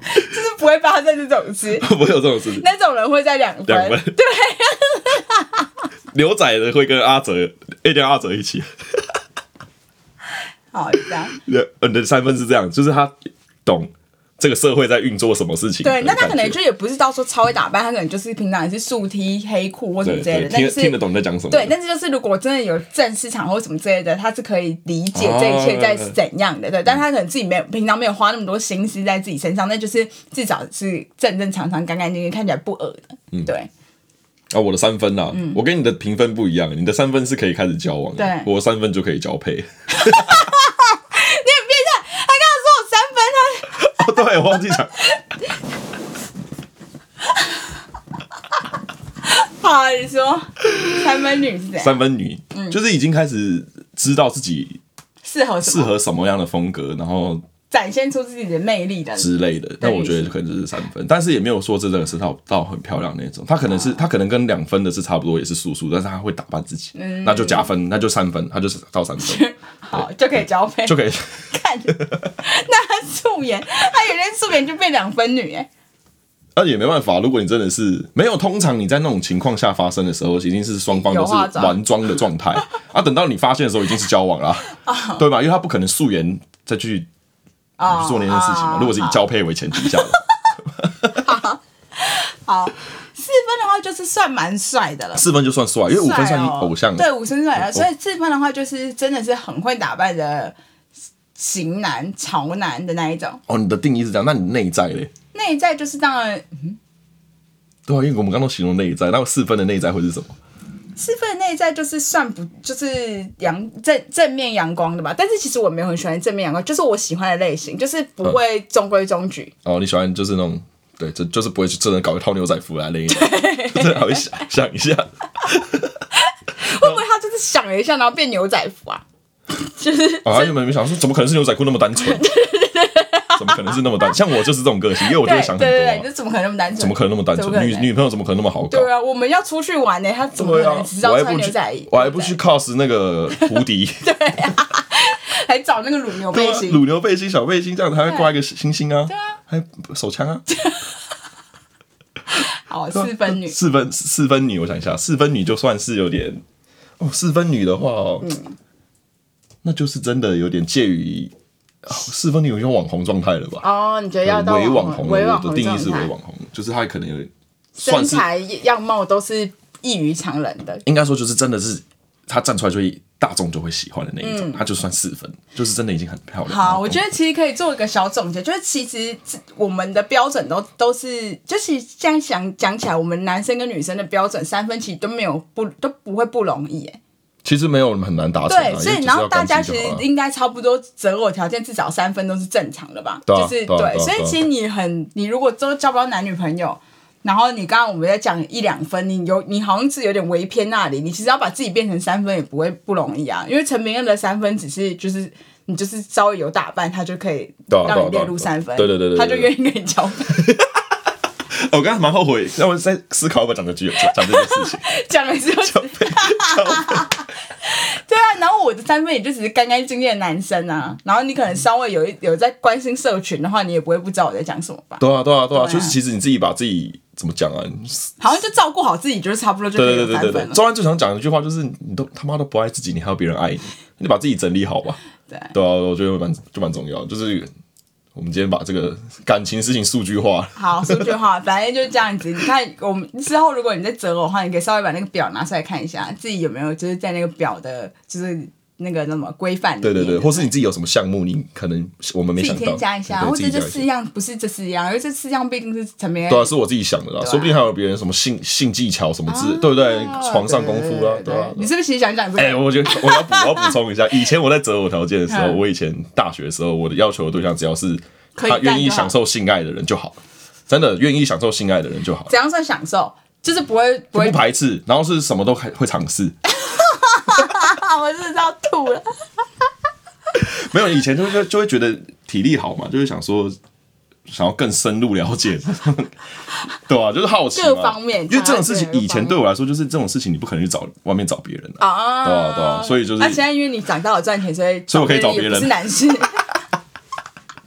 [SPEAKER 2] 就是不会发生这种事。
[SPEAKER 1] 啊 不会有这种事情。
[SPEAKER 2] 那种人会在两分，
[SPEAKER 1] 两分
[SPEAKER 2] 对，
[SPEAKER 1] 牛仔的会跟阿哲，一定要阿哲一起。
[SPEAKER 2] 好这样。
[SPEAKER 1] 呃，你的三分是这样，就是他懂这个社会在运作什么事情的
[SPEAKER 2] 对，
[SPEAKER 1] 感觉。
[SPEAKER 2] 那他可能就也不是到说超会打扮，他可能就是平常也是素 T 黑裤或什么
[SPEAKER 1] 对
[SPEAKER 2] 之类
[SPEAKER 1] 对，
[SPEAKER 2] 的，但
[SPEAKER 1] 听
[SPEAKER 2] 就
[SPEAKER 1] 得听得
[SPEAKER 2] 是。
[SPEAKER 1] 懂你在讲什么。
[SPEAKER 2] 对，但是就是如果真的有正市场或什么之类的，他是可以理解这一切在怎样的，对。
[SPEAKER 1] 嗯
[SPEAKER 2] 但他可能自己没有平常没有花那么多心思在自己身上，那就是至少是正正常常、干干净净，看起来不恶的。
[SPEAKER 1] 嗯
[SPEAKER 2] 对，
[SPEAKER 1] 啊，我的三分啦，我跟你的评分不一样，你的三分是可以开始交往的，
[SPEAKER 2] 嗯 对
[SPEAKER 1] 我的三分就可以交配。
[SPEAKER 2] 他刚刚说我三
[SPEAKER 1] 也哦忘记 讲。
[SPEAKER 2] 好，你说 三分女是谁？
[SPEAKER 1] 三分女，
[SPEAKER 2] 嗯
[SPEAKER 1] 就是已经开始知道自己
[SPEAKER 2] 适合什
[SPEAKER 1] 适
[SPEAKER 2] 么？
[SPEAKER 1] 合什么样的风格，然后
[SPEAKER 2] 展现出自己的魅力的。
[SPEAKER 1] 之类的。但我觉得可能就是三分，但是也没有说这真的是到到很漂亮那种。她可能是
[SPEAKER 2] 哦
[SPEAKER 1] 她可能跟两分的是差不多，也是素素，但是她会打扮自己，
[SPEAKER 2] 嗯
[SPEAKER 1] 那就加分，那就三分，她就是到三分
[SPEAKER 2] 好，就可以交配。
[SPEAKER 1] 就可以。
[SPEAKER 2] 看，那她素颜，她有些素颜就变两分女哎。
[SPEAKER 1] 那也没办法，如果你真的是没有，通常你在那种情况下发生的时候，已经是双方都
[SPEAKER 2] 有
[SPEAKER 1] 是
[SPEAKER 2] 化妆
[SPEAKER 1] 完妆的 状态啊。等到你发现的时候，已经是交往了啊、对吧？因为他不可能素颜再去
[SPEAKER 2] 哦
[SPEAKER 1] 做那件事情嘛。
[SPEAKER 2] 哦
[SPEAKER 1] 如果是以交配为前提下的，
[SPEAKER 2] 好，四分的话就是算蛮帅的了。
[SPEAKER 1] 四分就算帅，因为五分
[SPEAKER 2] 帅
[SPEAKER 1] 算
[SPEAKER 2] 哦
[SPEAKER 1] 偶像。哦
[SPEAKER 2] 对，五分算
[SPEAKER 1] 偶
[SPEAKER 2] 了。所以四分的话就是真的是很会打扮的型男、潮男的那一种。
[SPEAKER 1] 哦，你的定义是这样，那你内在嘞？
[SPEAKER 2] 内在就是当然，
[SPEAKER 1] 对啊，因为我们刚刚形容内在，那四分的内在会是什么？
[SPEAKER 2] 四分的内在就是算不就是阳正正面阳光的吧，但是其实我没有很喜欢正面阳光，就是我喜欢的类型，就是不
[SPEAKER 1] 嗯
[SPEAKER 2] 会中规中矩。
[SPEAKER 1] 哦，你喜欢就是那种，对，就就是不会去真的搞一套牛仔服来勒你，真的还会想想一下。
[SPEAKER 2] 会不会他就是想了一下，然后变牛仔服啊？就是
[SPEAKER 1] 啊，你们没想说，怎么可能是牛仔裤那么单 纯？怎么可能是那么单？像我就是这种个性，因为我就会
[SPEAKER 2] 对
[SPEAKER 1] 想
[SPEAKER 2] 对
[SPEAKER 1] 很多、
[SPEAKER 2] 对
[SPEAKER 1] 啊
[SPEAKER 2] 对，，这怎么可能那么单纯？
[SPEAKER 1] 怎么可能那么单
[SPEAKER 2] 怎么可
[SPEAKER 1] 纯？
[SPEAKER 2] 能
[SPEAKER 1] 女女朋友怎么可能那么好搞？
[SPEAKER 2] 对啊，我们要出去玩呢、他怎么可
[SPEAKER 1] 对
[SPEAKER 2] 能
[SPEAKER 1] 啊
[SPEAKER 2] 只知，
[SPEAKER 1] 我
[SPEAKER 2] 道
[SPEAKER 1] 还
[SPEAKER 2] 穿
[SPEAKER 1] 不
[SPEAKER 2] 牛
[SPEAKER 1] 去
[SPEAKER 2] 仔啊衣？，
[SPEAKER 1] 我还不去 cos 那个胡 迪，
[SPEAKER 2] 还找那个乳牛
[SPEAKER 1] 对
[SPEAKER 2] 背
[SPEAKER 1] 啊，
[SPEAKER 2] 心，
[SPEAKER 1] 乳牛背心、小背心这样，还会挂一个星星啊，对
[SPEAKER 2] 啊，
[SPEAKER 1] 还手枪啊，
[SPEAKER 2] 哦，四分女，
[SPEAKER 1] 四分四分女，我想一下，四分女就算是有点哦，四分女的话哦，
[SPEAKER 2] 嗯
[SPEAKER 1] 那就是真的有点介于、哦四分女有点网红状态了吧？
[SPEAKER 2] 哦，你觉得要到
[SPEAKER 1] 伪网
[SPEAKER 2] 红，
[SPEAKER 1] 红，
[SPEAKER 2] 伪网
[SPEAKER 1] 我
[SPEAKER 2] 红
[SPEAKER 1] 的定义
[SPEAKER 2] 状
[SPEAKER 1] 是伪
[SPEAKER 2] 态，
[SPEAKER 1] 网红，就是他可能有点
[SPEAKER 2] 身
[SPEAKER 1] 算是啊
[SPEAKER 2] 材样貌都是异于常人的，
[SPEAKER 1] 应该说就是真的是他站出来就会大众就会喜欢的那一种，他就算四分，就是真的已经很漂亮。
[SPEAKER 2] 嗯好，我觉得其实可以做一个小总结，就是其实我们的标准都都是，就是这样想讲起来，我们男生跟女生的标准三分其实都没有不都不会不容易耶。
[SPEAKER 1] 其实没有很难达成、啊，
[SPEAKER 2] 对，所
[SPEAKER 1] 因为
[SPEAKER 2] 以
[SPEAKER 1] 只
[SPEAKER 2] 然
[SPEAKER 1] 是
[SPEAKER 2] 后
[SPEAKER 1] 要干
[SPEAKER 2] 大
[SPEAKER 1] 净
[SPEAKER 2] 家
[SPEAKER 1] 就
[SPEAKER 2] 其实
[SPEAKER 1] 好了
[SPEAKER 2] 应该差不多择偶条件至少三分都是正常的吧？
[SPEAKER 1] 对啊
[SPEAKER 2] 就是
[SPEAKER 1] 对啊对啊
[SPEAKER 2] 所
[SPEAKER 1] 对
[SPEAKER 2] 以
[SPEAKER 1] 啊
[SPEAKER 2] 其实你很，你如果都交不到男女朋友。然后你刚刚我们在讲一两分，你有你好像是有点微偏那里，你其实要把自己变成三分也不会不容易啊，因为陈明恩的三分只是就是你就是稍微有打扮，他就可以
[SPEAKER 1] 对啊
[SPEAKER 2] 让
[SPEAKER 1] 对啊
[SPEAKER 2] 你
[SPEAKER 1] 对啊
[SPEAKER 2] 列入三分，
[SPEAKER 1] 对对对对对
[SPEAKER 2] 他就愿意跟你交配。
[SPEAKER 1] 哦我刚才蛮后悔，让我在思考要不要讲这句讲这件事情。
[SPEAKER 2] 讲了之 后， 对啊，然后我的三分也就只是干干净净的男生啊，然后你可能稍微有一有在关心社群的话，你也不会不知道我在讲什么吧？
[SPEAKER 1] 对啊，对啊，对啊，
[SPEAKER 2] 对啊
[SPEAKER 1] 就是其实你自己把自己怎么讲啊？你
[SPEAKER 2] 好像就照顾好自己，就是差不多就可
[SPEAKER 1] 对
[SPEAKER 2] 以
[SPEAKER 1] 对
[SPEAKER 2] 有
[SPEAKER 1] 对
[SPEAKER 2] 三
[SPEAKER 1] 对
[SPEAKER 2] 分
[SPEAKER 1] 对，
[SPEAKER 2] 了。
[SPEAKER 1] 周安最想讲的一句话就是：你都他妈都不爱自己，你还要别人爱你？你把自己整理好吧。
[SPEAKER 2] 对
[SPEAKER 1] 对啊，我觉得蛮就蛮重要，就是我们今天把这个感情事情数据化。
[SPEAKER 2] 好，数据化，反正就是这样子。你看，我们之后如果你在择偶的话，你可以稍微把那个表拿出来看一下，自己有没有就是在那个表的，就是那个那么规范里
[SPEAKER 1] 对
[SPEAKER 2] 面。
[SPEAKER 1] 对对，或是你自己有什么项目，你可能我们没
[SPEAKER 2] 自己
[SPEAKER 1] 想到，
[SPEAKER 2] 添加一下，
[SPEAKER 1] 对
[SPEAKER 2] 或
[SPEAKER 1] 自
[SPEAKER 2] 者
[SPEAKER 1] 己
[SPEAKER 2] 这
[SPEAKER 1] 加一下
[SPEAKER 2] 四样不是这四样，因为这四样毕竟是陈明
[SPEAKER 1] 对啊，是我自己想的啦，说不定还有别人什么性性技巧什么之，对不对？
[SPEAKER 2] 哦
[SPEAKER 1] 啊床上功夫啦，对啊。
[SPEAKER 2] 你是不是其实想讲这
[SPEAKER 1] 哎、
[SPEAKER 2] 个？
[SPEAKER 1] 我觉得我要补，我要补充一下，以前我在择偶条件的时候，
[SPEAKER 2] 嗯
[SPEAKER 1] 我以前大学的时候，我的要求的对象只要是
[SPEAKER 2] 可以
[SPEAKER 1] 他
[SPEAKER 2] 干就好
[SPEAKER 1] 愿意享受性爱的人就好了，真的愿意享受性爱的人就好了，
[SPEAKER 2] 怎样算享受？就是不会不
[SPEAKER 1] 不
[SPEAKER 2] 会
[SPEAKER 1] 排斥，然后是什么都还会尝试。
[SPEAKER 2] 啊！ 我真的是要吐了。
[SPEAKER 1] 没有，以前就会就会觉得体力好嘛，就会想说想要更深入了解， 对啊，就是好奇嘛
[SPEAKER 2] 各方面
[SPEAKER 1] 因为这种事情
[SPEAKER 2] 对各方面
[SPEAKER 1] 以前对我来说，就是这种事情你不可能去找外面找别人啊，
[SPEAKER 2] 啊，
[SPEAKER 1] 对啊对啊所以就是
[SPEAKER 2] 那、现在因为你长大了赚钱，所以
[SPEAKER 1] 所以我可以找别人
[SPEAKER 2] 也不是难事。 我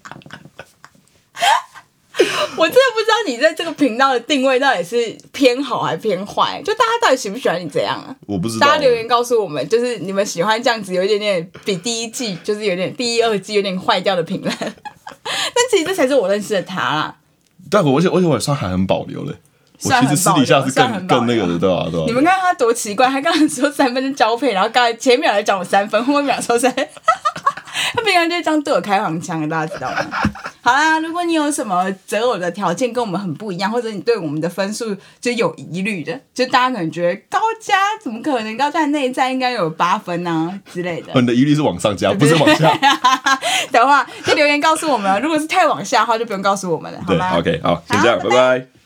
[SPEAKER 2] 真的不知道你在这个频道的定位到底是偏好还是偏坏，就大家到底喜不喜欢你这样啊？
[SPEAKER 1] 我不知道
[SPEAKER 2] 大家留言告诉我们，就是你们喜欢这样子，有一点点比第一季，就是有点第一、二季有点坏掉的评论。 但其实这才是我认识的他啦。
[SPEAKER 1] 但我而且而且我也算还很保留嘞，我
[SPEAKER 2] 算
[SPEAKER 1] 其
[SPEAKER 2] 很
[SPEAKER 1] 实私底下是
[SPEAKER 2] 保留算很
[SPEAKER 1] 更更那
[SPEAKER 2] 保
[SPEAKER 1] 个
[SPEAKER 2] 留
[SPEAKER 1] 的，对啊对啊。
[SPEAKER 2] 你们看他多奇怪，他刚才说三分是交配，然后刚才前面有人 讲我三分，后面秒说三，他平常就是这样对我开黄腔的，大家知道吗？好啦，如果你有什么择偶的条件跟我们很不一样，或者你对我们的分数就有疑虑的，就大家可能觉得高加怎么可能？高加内在应该有八分啊之类的
[SPEAKER 1] 哦。你的疑虑是往上加，不是往 下。
[SPEAKER 2] 的话，就留言告诉我们哦。如果是太往下的话，就不用告诉我们了，好
[SPEAKER 1] 对
[SPEAKER 2] 吗？
[SPEAKER 1] ，OK，好，先这样，拜
[SPEAKER 2] 好拜拜
[SPEAKER 1] 拜。